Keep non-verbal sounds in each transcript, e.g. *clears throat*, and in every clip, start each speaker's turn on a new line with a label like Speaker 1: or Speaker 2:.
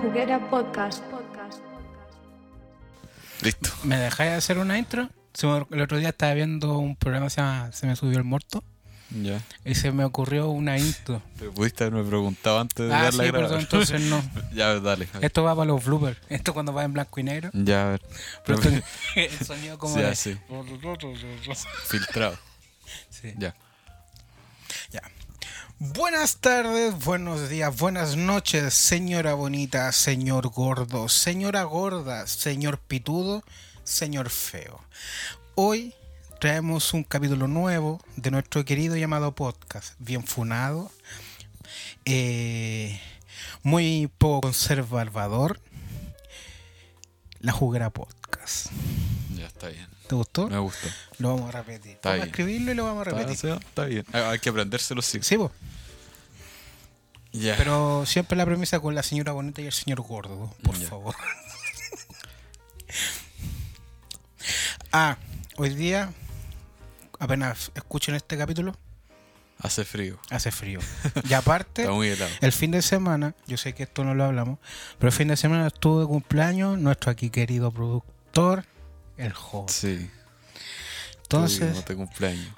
Speaker 1: Bruguera Podcast. Podcast.
Speaker 2: Listo.
Speaker 3: ¿Me dejáis hacer una intro? Se me- el otro día estaba viendo un programa que se llama Se me subió el muerto
Speaker 2: Ya.
Speaker 3: y se me ocurrió una intro.
Speaker 2: Pero pudiste haberme preguntado antes *laughs* de
Speaker 3: ah, sí,
Speaker 2: darle a grabar.
Speaker 3: perdón, entonces no.
Speaker 2: *laughs* ya, a ver, dale. a ver.
Speaker 3: Esto va para los bloopers. Esto cuando va en blanco
Speaker 2: *laughs*
Speaker 3: y negro.
Speaker 2: Ya, a ver.
Speaker 3: Pero esto- *laughs* el sonido como
Speaker 2: Ya,
Speaker 3: de-
Speaker 2: sí. *laughs* Filtrado.
Speaker 3: *laughs* Sí.
Speaker 2: Ya.
Speaker 3: Ya. Buenas tardes, buenos días, buenas noches, señora bonita, señor gordo, señora gorda, señor pitudo, señor feo. Hoy traemos un capítulo nuevo de nuestro querido llamado podcast, bien funado, eh, muy poco conservador, la juguera podcast.
Speaker 2: Ya está bien.
Speaker 3: ¿Te gustó?
Speaker 2: Me gustó.
Speaker 3: Lo vamos a repetir.
Speaker 2: Está
Speaker 3: vamos a
Speaker 2: bien.
Speaker 3: escribirlo y lo vamos a
Speaker 2: Está,
Speaker 3: repetir.
Speaker 2: o sea, está bien. Ah, Hay que aprendérselo sí.
Speaker 3: Sí, vos.
Speaker 2: Ya.
Speaker 3: Pero siempre la premisa con la señora bonita y el señor gordo, por
Speaker 2: Ya.
Speaker 3: favor. ah, hoy día, apenas escuchen este capítulo,
Speaker 2: Hace frío.
Speaker 3: hace frío. Y aparte,
Speaker 2: Está muy helado.
Speaker 3: el fin de semana, yo sé que esto no lo hablamos, pero el fin de semana estuvo de cumpleaños nuestro aquí querido productor, el joven.
Speaker 2: Sí.
Speaker 3: Entonces,
Speaker 2: No te cumpleaños.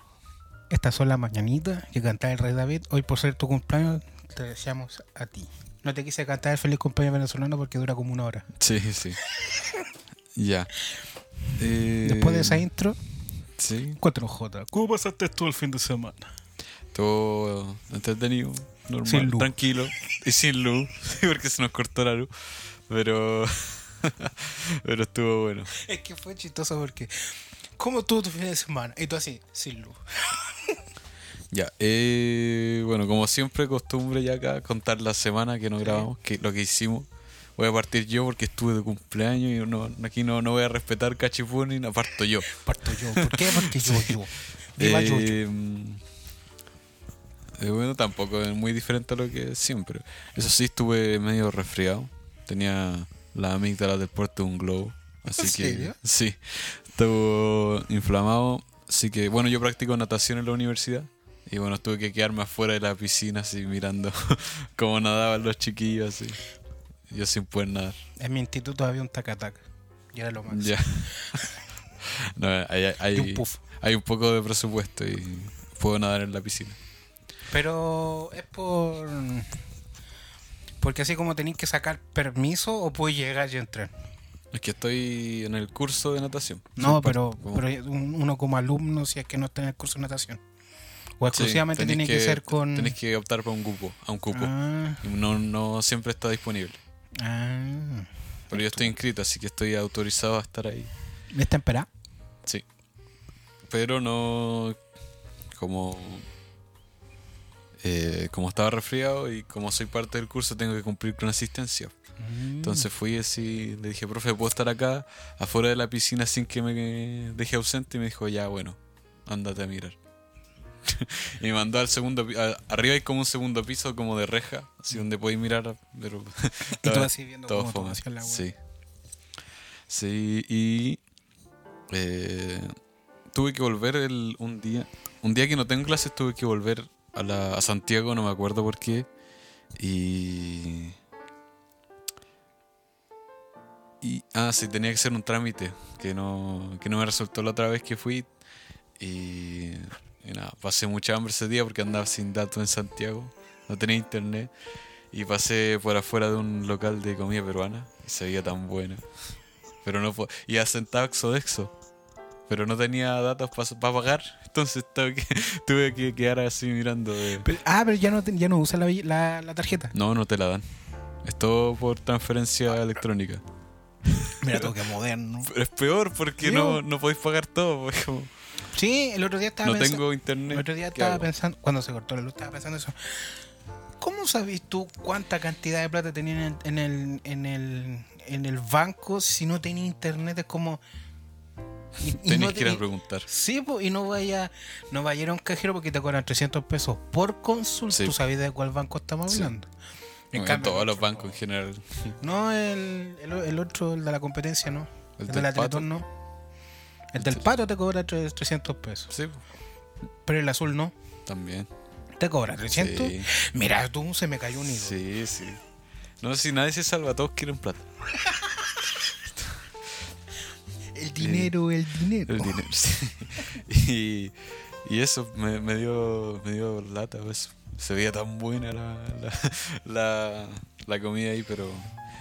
Speaker 3: estas son las mañanitas que cantaba el rey David. Hoy por ser tu cumpleaños, te deseamos a ti. No te quise cantar el feliz cumpleaños venezolano porque dura como una hora.
Speaker 2: Sí, sí. ya. Eh,
Speaker 3: Después de esa intro,
Speaker 2: Sí.
Speaker 3: 4J. ¿Cómo pasaste tú el fin de semana?
Speaker 2: Todo entretenido, normal,
Speaker 3: Sin luz.
Speaker 2: tranquilo y sin luz, *laughs* sí, porque se nos cortó la luz, pero *laughs* pero estuvo bueno.
Speaker 3: *laughs* Es que fue chistoso porque. ¿Cómo estuvo tu fin de semana? Y tú así, sin luz.
Speaker 2: Ya, eh, bueno, como siempre costumbre ya acá contar la semana que no grabamos, que lo que hicimos. Voy a partir yo porque estuve de cumpleaños y no, aquí no, no voy a respetar cachipún y no parto yo.
Speaker 3: Parto yo. ¿Por qué? Porque yo, yo. Viva yo, yo.
Speaker 2: Eh, mm, eh, bueno, tampoco es muy diferente a lo que es siempre. Eso sí, estuve medio resfriado. Tenía la amígdala del puerto de un globo. Así
Speaker 3: ¿En
Speaker 2: que
Speaker 3: serio?
Speaker 2: sí, estuvo inflamado. Así que bueno, yo practico natación en la universidad. Y bueno, tuve que quedarme afuera de la piscina así mirando *laughs* cómo nadaban los chiquillos así. Yo sin poder
Speaker 3: *laughs*
Speaker 2: nadar.
Speaker 3: En mi instituto había un tacatac. Y era lo máximo.
Speaker 2: Ya. *laughs* No, hay, hay- hay-
Speaker 3: Y un puff.
Speaker 2: hay un poco de presupuesto y puedo nadar en la piscina.
Speaker 3: Pero es por. Porque así como tenéis que sacar permiso o puedes llegar y entrar.
Speaker 2: Es que estoy en el curso de natación.
Speaker 3: No,
Speaker 2: Soy parte-
Speaker 3: pero,
Speaker 2: pues, como-
Speaker 3: pero un- uno como alumno, si es que no está en el curso de natación. O
Speaker 2: Sí,
Speaker 3: exclusivamente
Speaker 2: tenés
Speaker 3: tiene que, ser con.
Speaker 2: Tenés que optar por un cupo, a un cupo.
Speaker 3: Ah,
Speaker 2: Y No, no siempre está disponible.
Speaker 3: ah.
Speaker 2: Pero yo estoy inscrito, así que estoy autorizado a estar ahí.
Speaker 3: ¿Es temperada?
Speaker 2: Sí. Pero no... Como... eh, como estaba resfriado y como soy parte del curso tengo que cumplir con asistencia. Entonces fui así, le dije, profe, ¿puedo estar acá afuera de la piscina sin que me deje ausente? Y me dijo, ya, bueno, ándate a mirar. *laughs* y me mandó al segundo pi- a- Arriba hay como un segundo piso, como de reja, así donde podéis mirar, pero...
Speaker 3: Y tú
Speaker 2: todo-
Speaker 3: así viendo
Speaker 2: todo
Speaker 3: cómo todo
Speaker 2: fome.
Speaker 3: hacia la web.
Speaker 2: Sí. Sí, y... eh, tuve que volver el- un día... Un día que no tengo clases tuve que volver a, la- a Santiago, no me acuerdo por qué. Y... Y, ah, sí, tenía que hacer un trámite que no, que no me resultó la otra vez que fui. Y, y nada, pasé mucha hambre ese día porque andaba sin datos en Santiago. No tenía internet. Y pasé por afuera de un local de comida peruana y se veía tan buena. Pero no po- Y asentaba Exodexo. Pero no tenía datos para pagar. Entonces tuve que, *laughs* tuve que quedar así mirando. de-
Speaker 3: Pero- ah, pero ya no, te- ya no usa la, la-
Speaker 2: *laughs*
Speaker 3: la tarjeta.
Speaker 2: No, no te la dan. Es todo por transferencia electrónica.
Speaker 3: Mira, toque moderno.
Speaker 2: Pero es peor porque
Speaker 3: Sí,
Speaker 2: no,
Speaker 3: o-
Speaker 2: no podéis pagar todo. porque como
Speaker 3: Sí, el otro día estaba
Speaker 2: no
Speaker 3: pensando.
Speaker 2: tengo internet.
Speaker 3: El otro día
Speaker 2: ¿qué
Speaker 3: estaba
Speaker 2: hago?
Speaker 3: pensando, cuando se cortó la luz, estaba pensando eso. ¿Cómo sabes tú cuánta cantidad de plata tenían en, el, en, el, en, el, en el banco si no tenía internet? Es como. y- y
Speaker 2: Tenés
Speaker 3: no
Speaker 2: que ir a
Speaker 3: tení-
Speaker 2: preguntar.
Speaker 3: Sí, po, y no vaya, no vaya a ir a un cajero porque te cobran 300 pesos por consulta.
Speaker 2: Sí.
Speaker 3: ¿Tú sabes de cuál banco estamos
Speaker 2: Sí.
Speaker 3: hablando? En
Speaker 2: En
Speaker 3: cambio,
Speaker 2: todos
Speaker 3: el
Speaker 2: los
Speaker 3: otro
Speaker 2: bancos en general.
Speaker 3: No, el, el, el otro, el de la competencia, no. El, de la
Speaker 2: pato.
Speaker 3: Teletón, no. El del pato te cobra tres- 300 pesos.
Speaker 2: Sí,
Speaker 3: Pero el azul no.
Speaker 2: también.
Speaker 3: Te cobra 300.
Speaker 2: Sí.
Speaker 3: Mira, tú se me cayó un hilo.
Speaker 2: Sí, sí. No, si nadie se salva, todos quieren plata.
Speaker 3: El dinero, el
Speaker 2: *laughs*
Speaker 3: dinero.
Speaker 2: El dinero, sí. Y, y eso me, me dio, me dio lata. pues. Se veía tan buena la, la, la- la comida ahí, pero.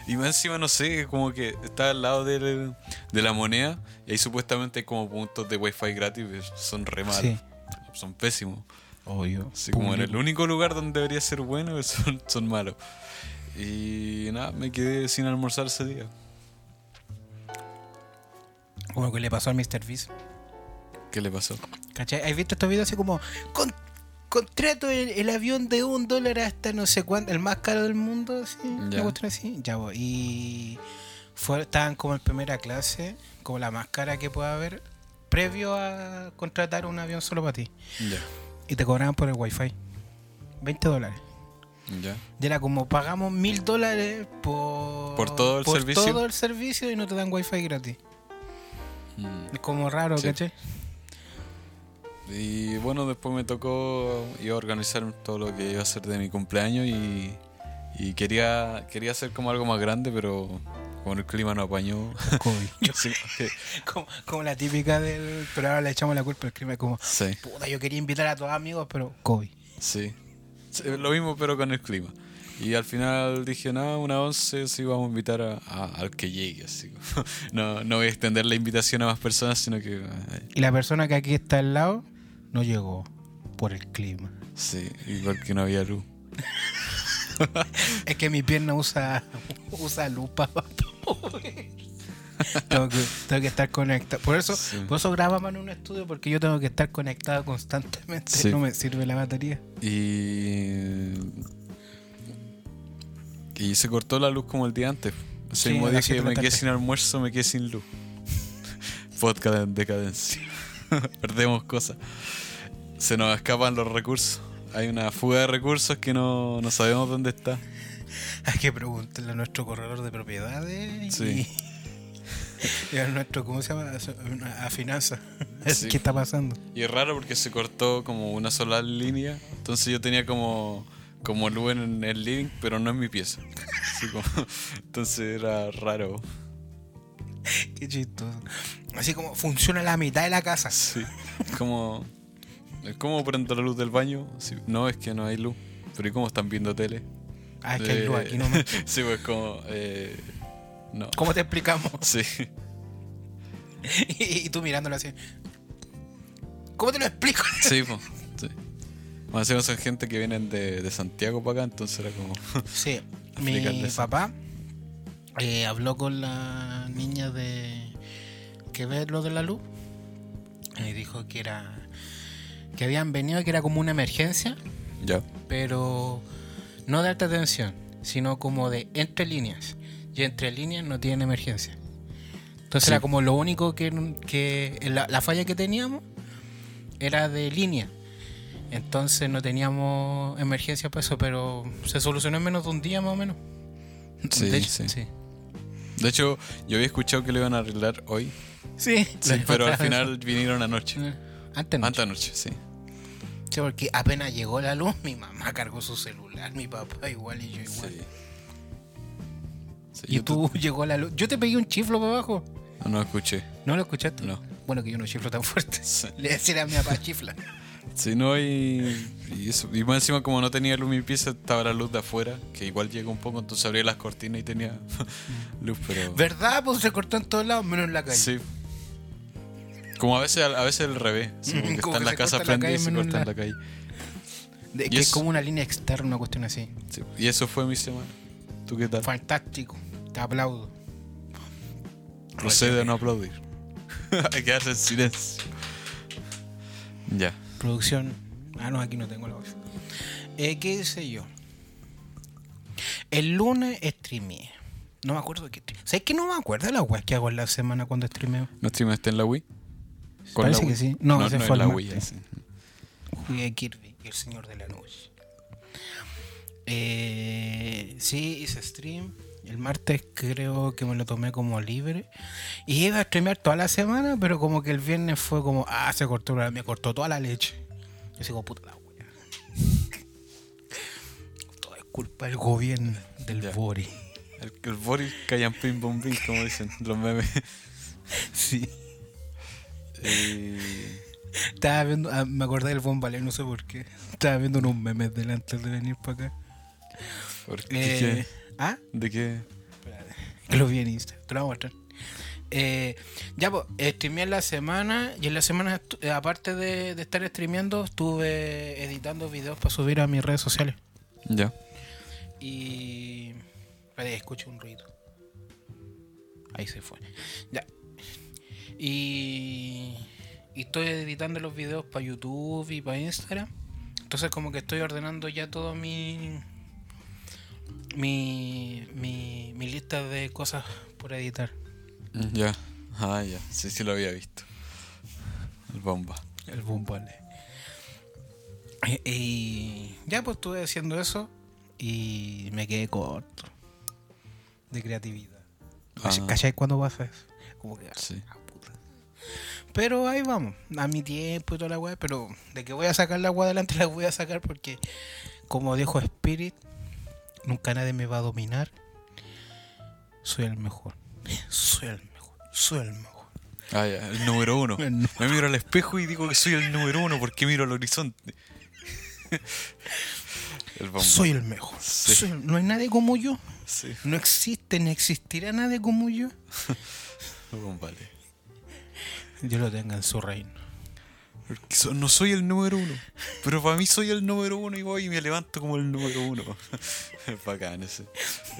Speaker 2: Y más encima, no sé, como que está al lado del- de la moneda y ahí supuestamente hay como puntos de wifi gratis, pero son re malos.
Speaker 3: Sí.
Speaker 2: Son pésimos.
Speaker 3: Obvio.
Speaker 2: Así como en el único lugar donde debería ser bueno, *laughs* son, son malos. Y nada, me quedé sin almorzar ese día.
Speaker 3: Como lo que le pasó al Mr. Beast.
Speaker 2: ¿Qué le pasó?
Speaker 3: ¿Cachai? ¿Has visto estos videos así como "Con- contrato el, el avión de un dólar hasta no sé cuánto, el más caro del mundo? Así, una
Speaker 2: Ya.
Speaker 3: cuestión así. Ya, po. y fue- estaban como en primera clase, como la más cara que pueda haber, previo a contratar un avión solo para ti.
Speaker 2: Ya,
Speaker 3: Y te cobraban por el wifi. 20 dólares.
Speaker 2: ya.
Speaker 3: Y era como pagamos mil dólares por,
Speaker 2: Por todo el servicio.
Speaker 3: todo el servicio y no te dan wifi gratis.
Speaker 2: Mm.
Speaker 3: Es como raro,
Speaker 2: Sí. *laughs*
Speaker 3: ¿cachai?
Speaker 2: Y bueno, después me tocó iba a organizar todo lo que iba a hacer de mi cumpleaños y, y quería, quería hacer como algo más grande, pero como el clima no apañó. *laughs* sí, que-
Speaker 3: como, como la típica del. Pero ahora le echamos la culpa al crimen. Como,
Speaker 2: sí,
Speaker 3: puta, yo quería invitar a todos amigos, pero COVID.
Speaker 2: sí. Sí, Lo mismo, pero con el clima. Y al final dije, no, una once sí vamos a invitar a, a- al que llegue. Así. como, *laughs* No, no voy a extender la invitación a más personas, sino que... eh,
Speaker 3: Y la persona que aquí está al lado no llegó por el clima.
Speaker 2: Sí, igual que no había luz.
Speaker 3: Es que mi pierna usa, *laughs* usa lupa. *laughs* pa- tengo, que, tengo que estar conectado. Por eso,
Speaker 2: Sí.
Speaker 3: por eso grabamos en un estudio, porque yo tengo que estar conectado constantemente.
Speaker 2: Sí.
Speaker 3: No me sirve la batería.
Speaker 2: Y. Y se cortó la luz como el día antes. Ese
Speaker 3: Sí,
Speaker 2: mismo
Speaker 3: a
Speaker 2: día
Speaker 3: las siete
Speaker 2: que
Speaker 3: de la
Speaker 2: me quedé
Speaker 3: tarde.
Speaker 2: sin almuerzo, me quedé sin luz. *laughs* Podcast en decadencia. *laughs* Perdemos cosas. Se nos escapan los recursos. Hay una fuga de recursos que no, no sabemos dónde está.
Speaker 3: Hay que preguntarle a nuestro corredor de propiedades
Speaker 2: Sí.
Speaker 3: *laughs* y, y a nuestro, ¿cómo se llama? A, a finanzas. *laughs*
Speaker 2: Sí.
Speaker 3: ¿Qué está pasando?
Speaker 2: Y es raro porque se cortó como una sola línea. Entonces yo tenía como, como luz en el living, pero no en mi pieza. Así como- *laughs* entonces era raro.
Speaker 3: Qué chistoso. Así como funciona la mitad de la casa.
Speaker 2: Sí, como. ¿Cómo prendo la luz del baño? Sí, no, es que no hay luz. Pero ¿y cómo están viendo tele?
Speaker 3: Ah, es que hay luz
Speaker 2: Eh,
Speaker 3: aquí nomás.
Speaker 2: *laughs* Sí, pues como. eh, no.
Speaker 3: *laughs* ¿Cómo te explicamos? *laughs*
Speaker 2: Sí,
Speaker 3: y, y tú mirándolo así. ¿Cómo te lo explico? *laughs*
Speaker 2: sí, pues. Sí. Más encima son gente que vienen de, de Santiago para acá, entonces era como. *laughs*
Speaker 3: Sí,
Speaker 2: Explicarle
Speaker 3: mi
Speaker 2: eso.
Speaker 3: papá eh, habló con la niña de que ve lo de la luz y dijo que era que habían venido que era como una emergencia,
Speaker 2: Ya.
Speaker 3: pero no de alta tensión, sino como de entre líneas. Y entre líneas no tienen emergencia. Entonces
Speaker 2: Sí.
Speaker 3: era como lo único que, que- la, la falla que teníamos era de línea. Entonces no teníamos emergencia para eso, pero se solucionó en menos de un día más o menos.
Speaker 2: Sí,
Speaker 3: De hecho,
Speaker 2: sí.
Speaker 3: sí.
Speaker 2: De hecho, yo había escuchado que lo iban a arreglar hoy,
Speaker 3: *laughs* Sí, lo
Speaker 2: pero al
Speaker 3: encontraron.
Speaker 2: final vinieron anoche.
Speaker 3: Antes no.
Speaker 2: Anta anoche, sí.
Speaker 3: Sí, porque apenas llegó la luz, mi mamá cargó su celular, mi papá igual y yo igual.
Speaker 2: Sí. Sí,
Speaker 3: Y
Speaker 2: yo
Speaker 3: tú *laughs* llegó la luz. Yo te pegué un chiflo para abajo.
Speaker 2: No, no escuché.
Speaker 3: ¿No lo escuchaste?
Speaker 2: No.
Speaker 3: Bueno, que yo no chiflo
Speaker 2: *laughs*
Speaker 3: tan fuerte.
Speaker 2: Sí.
Speaker 3: Le decía a mi papá chifla.
Speaker 2: Sí, no, y, y eso. Y más encima, como no tenía luz en mi pieza, estaba la luz de afuera, que igual llegó un poco, entonces abrí las cortinas y tenía *laughs* luz, pero.
Speaker 3: ¿Verdad? Pues se cortó en todos lados, menos en la calle.
Speaker 2: Sí. Como a veces, al- a veces al revés,
Speaker 3: *laughs*
Speaker 2: sí, como que
Speaker 3: Como
Speaker 2: está en
Speaker 3: que
Speaker 2: la
Speaker 3: se
Speaker 2: casa
Speaker 3: corta en la
Speaker 2: prendida y
Speaker 3: calle,
Speaker 2: se
Speaker 3: menos
Speaker 2: corta en
Speaker 3: en
Speaker 2: la calle.
Speaker 3: De-
Speaker 2: Y
Speaker 3: que es
Speaker 2: eso-
Speaker 3: como una línea externa, una cuestión así.
Speaker 2: Sí, Y eso fue mi semana. ¿Tú qué tal?
Speaker 3: Fantástico. Te aplaudo.
Speaker 2: Procede a no aplaudir. *laughs* Hay que quedarse en silencio. Ya.
Speaker 3: Producción. Ah, no, aquí no tengo la voz. Eh, ¿Qué sé yo? El lunes streameé. No me acuerdo qué streameé. ¿Sabes que no me acuerdo de la web que hago en la semana cuando streameo?
Speaker 2: ¿No streamaste en la Wii? Con
Speaker 3: Parece
Speaker 2: la
Speaker 3: que
Speaker 2: Wii.
Speaker 3: sí. No,
Speaker 2: no,
Speaker 3: ese
Speaker 2: no
Speaker 3: fue
Speaker 2: en
Speaker 3: el
Speaker 2: la Wii.
Speaker 3: martes.
Speaker 2: ese.
Speaker 3: Jugué a Kirby, el señor de la noche. Eh, sí, hice stream. El martes creo que me lo tomé como libre. Y iba a streamear toda la semana, pero como que el viernes fue como, ah, se cortó, la- me cortó toda la leche. *laughs* Yo sigo puta la wea. Todo es culpa del gobierno. Del
Speaker 2: Ya. *laughs*
Speaker 3: Bori.
Speaker 2: El, el Boris Callampín Bombín, como dicen los memes.
Speaker 3: Sí.
Speaker 2: Y-
Speaker 3: Estaba viendo, ah, me acordé del bombalé, no sé por qué. Estaba viendo unos memes delante de venir para acá.
Speaker 2: ¿por qué?
Speaker 3: Eh, ¿Ah?
Speaker 2: ¿De qué?
Speaker 3: Que lo vi en Insta, te lo voy a mostrar. Eh, ya, pues, streameé en la semana y en la semana, estu- eh, aparte de, de estar streameando, estuve editando videos para subir a mis redes sociales.
Speaker 2: Ya.
Speaker 3: Y. Espérate, escucho un ruido. Ahí se fue. Ya. Y. Y estoy editando los videos para YouTube y para Instagram. Entonces, como que estoy ordenando ya todo mi. Mi, mi, mi lista de cosas por editar.
Speaker 2: Ya. Ah, ya. Sí, sí lo había visto. El bomba.
Speaker 3: El boom vale. Y, y ya pues estuve haciendo eso y me quedé corto de creatividad.
Speaker 2: Ah.
Speaker 3: ¿Cachai- ¿Cachai cuando pasa eso? Como que,
Speaker 2: Sí.
Speaker 3: ah, puta. Pero ahí vamos, a mi tiempo y toda la weá, pero de que voy a sacar la weá adelante *laughs* la voy a sacar porque como dijo Spirit, nunca nadie me va a dominar. Soy el mejor, *laughs* soy el mejor, soy el mejor.
Speaker 2: Ah, ya. *laughs* El número uno.
Speaker 3: El número-
Speaker 2: Me miro al espejo y digo que soy el número uno porque miro al horizonte. *laughs* el bomba.
Speaker 3: Soy el mejor.
Speaker 2: Sí.
Speaker 3: Soy el- no hay nadie como yo.
Speaker 2: Sí.
Speaker 3: No existe, ni existirá nadie como yo.
Speaker 2: El bomba, vale.
Speaker 3: Dios lo tenga en su reino.
Speaker 2: Porque so- no soy el número uno. Pero para mí soy el número uno y voy y me levanto como el número uno. *laughs* es bacán ese,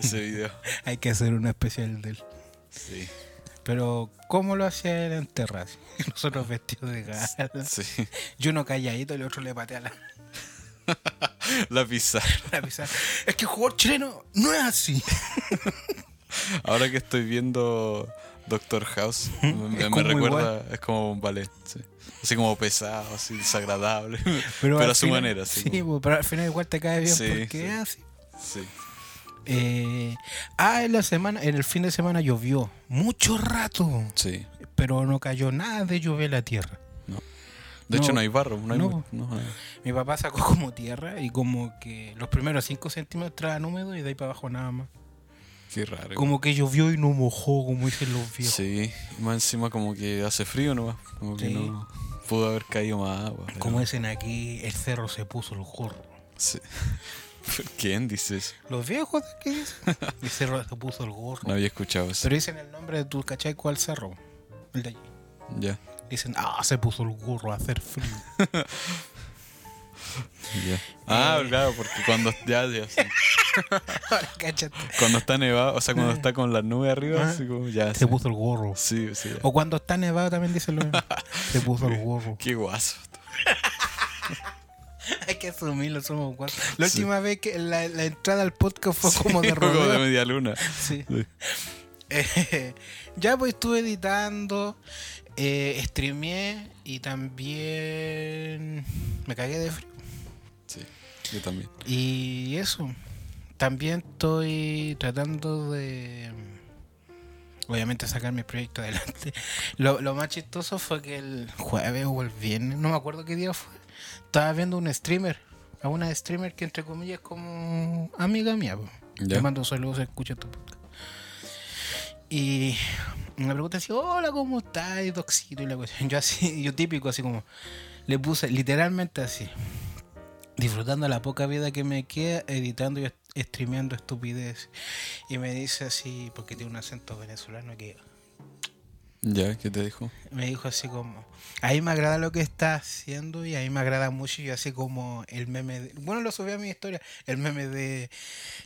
Speaker 2: ese video.
Speaker 3: *laughs* Hay que hacer una especial de él.
Speaker 2: *laughs* Sí.
Speaker 3: Pero, ¿cómo lo hacía él en terraza? *laughs* Nosotros vestidos de *laughs* gala.
Speaker 2: Sí. *laughs*
Speaker 3: Yo uno calladito y el otro le patea la, *laughs*
Speaker 2: La pizarra.
Speaker 3: la pizarra. Es que el jugador chileno no es así. *laughs*
Speaker 2: Ahora que estoy viendo Doctor
Speaker 3: *laughs*
Speaker 2: House, me, me
Speaker 3: como
Speaker 2: recuerda, es como un ballet, sí. Así como pesado, así
Speaker 3: *laughs*
Speaker 2: desagradable. Pero,
Speaker 3: al
Speaker 2: a su
Speaker 3: final-
Speaker 2: manera, sí.
Speaker 3: Sí,
Speaker 2: como-
Speaker 3: pues, pero al final igual te cae bien
Speaker 2: Sí,
Speaker 3: porque
Speaker 2: sí.
Speaker 3: es así.
Speaker 2: sí.
Speaker 3: Eh, ah, en la semana, en el fin de semana llovió mucho rato,
Speaker 2: sí.
Speaker 3: pero no cayó nada de lluvia en la tierra.
Speaker 2: De hecho,
Speaker 3: No,
Speaker 2: no hay barro, no hay.
Speaker 3: no.
Speaker 2: no, no.
Speaker 3: Mi papá sacó *laughs* como tierra y como que los primeros 5 centímetros estaban húmedos y de ahí para abajo nada más.
Speaker 2: Qué raro.
Speaker 3: Como que llovió y no mojó, como dicen los viejos.
Speaker 2: Sí, y más encima como que hace frío nomás. Como que
Speaker 3: Sí.
Speaker 2: no pudo haber caído más agua. pero-
Speaker 3: Como dicen aquí, el cerro se puso el gorro.
Speaker 2: Sí. *laughs* ¿Quién dice eso?
Speaker 3: Los viejos de aquí
Speaker 2: *laughs*
Speaker 3: dicen, el cerro se puso el gorro.
Speaker 2: No había escuchado eso.
Speaker 3: Pero dicen el nombre de tu cachai, ¿cuál cerro? El de allí.
Speaker 2: Ya,
Speaker 3: Dicen, ah, se puso el gorro a
Speaker 2: *laughs*
Speaker 3: hacer frío. *laughs* Eh.
Speaker 2: ya. Ah, claro, porque cuando ya, ya, sí.
Speaker 3: Ahora cáchate.
Speaker 2: cuando está nevado, o sea, cuando está con las nubes arriba,
Speaker 3: Eh. Ah.
Speaker 2: así como ya.
Speaker 3: Se
Speaker 2: Sí,
Speaker 3: puso el gorro.
Speaker 2: sí, sí, ya.
Speaker 3: O cuando está nevado también
Speaker 2: *laughs*
Speaker 3: dicen lo mismo. Se puso el gorro.
Speaker 2: Qué guaso.
Speaker 3: Hay que asumirlo, somos cuatro. La última vez que la, la entrada al podcast fue como de
Speaker 2: Sí, *laughs* como
Speaker 3: rodeo.
Speaker 2: de media luna.
Speaker 3: Sí.
Speaker 2: Sí.
Speaker 3: Eh, *laughs* ya pues estuve editando, eh, streameé y también me cagué de frío.
Speaker 2: Sí, yo también.
Speaker 3: Y eso. También estoy tratando de. Obviamente sacar mi proyecto adelante. *laughs* Lo, lo más chistoso fue que el jueves o el viernes, no me acuerdo qué día fue, estaba viendo un streamer. A una streamer que entre comillas es como amiga mía. po.
Speaker 2: Ya.
Speaker 3: Te mando saludos, escucha tu podcast. Y me pregunta así, hola, ¿cómo estás, Doxito? Y la cuestión. Yo así, *laughs* yo típico, así como, le puse literalmente así. Disfrutando la poca vida que me queda, editando y est- streameando estupidez. Y me dice así, porque tiene un acento venezolano que
Speaker 2: Ya, ¿qué te dijo?
Speaker 3: me dijo así como, a mí me agrada lo que estás haciendo y a mí me agrada mucho. Y yo así como el meme, de- bueno, lo subí a mi historia, el meme de,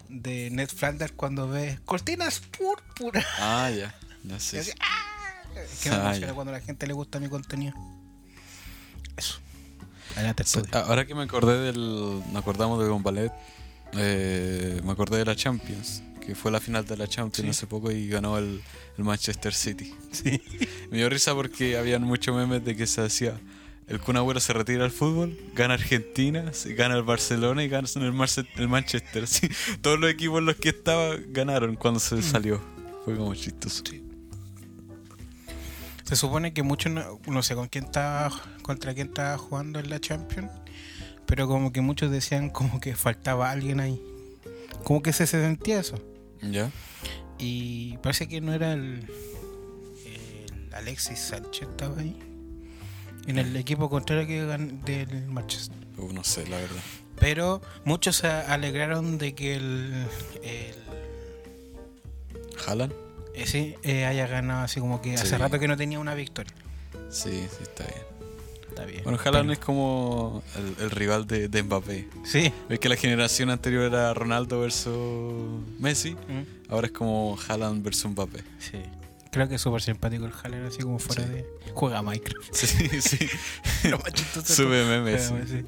Speaker 3: de Ned Flanders cuando ve cortinas púrpuras.
Speaker 2: Ah, ya. Ya sé.
Speaker 3: así, Que me
Speaker 2: Ah,
Speaker 3: emociona
Speaker 2: ya.
Speaker 3: cuando a la gente le gusta mi contenido. Eso. Adelante, estudio.
Speaker 2: Ah, Ahora que me acordé del. Nos acordamos del Bombalet. eh, me acordé de la Champions. Que fue la final de la Champions
Speaker 3: Sí.
Speaker 2: hace poco y ganó el, el Manchester City.
Speaker 3: *laughs* Sí.
Speaker 2: Me dio risa porque habían muchos memes de que se hacía. El Kun Agüero se retira al fútbol, gana Argentina, se- gana el Barcelona y gana el, Marce- el Manchester. *laughs* Sí, todos los equipos en los que estaba ganaron cuando
Speaker 3: Mm.
Speaker 2: se salió. Fue como chistoso.
Speaker 3: Se supone que muchos, no, no sé con quién estaba, contra quién estaba jugando en la Champions, pero como que muchos decían como que faltaba alguien ahí. Como que se sentía eso.
Speaker 2: ¿Ya?
Speaker 3: Y parece que no era el, el Alexis Sánchez, estaba ahí. En el equipo contrario que gan- del Manchester.
Speaker 2: Uh, no sé, la verdad.
Speaker 3: Pero muchos se alegraron de que el, el-
Speaker 2: ¿Jalan?
Speaker 3: ese eh, haya ganado así como que
Speaker 2: Sí.
Speaker 3: hace rato que no tenía una victoria.
Speaker 2: Sí, sí, está bien.
Speaker 3: Está bien.
Speaker 2: Bueno, Haaland es como el, el rival de, de Mbappé.
Speaker 3: Sí.
Speaker 2: Ves que la generación anterior era Ronaldo versus Messi,
Speaker 3: Mm.
Speaker 2: ahora es como Haaland versus Mbappé. *laughs*
Speaker 3: Sí. Creo que es súper simpático el Haller, así como fuera
Speaker 2: Sí.
Speaker 3: de. Juega a Minecraft.
Speaker 2: Sí, sí.
Speaker 3: *laughs* Lo más chistoso de *laughs*
Speaker 2: Sube
Speaker 3: todo.
Speaker 2: memes.
Speaker 3: Juega, sí.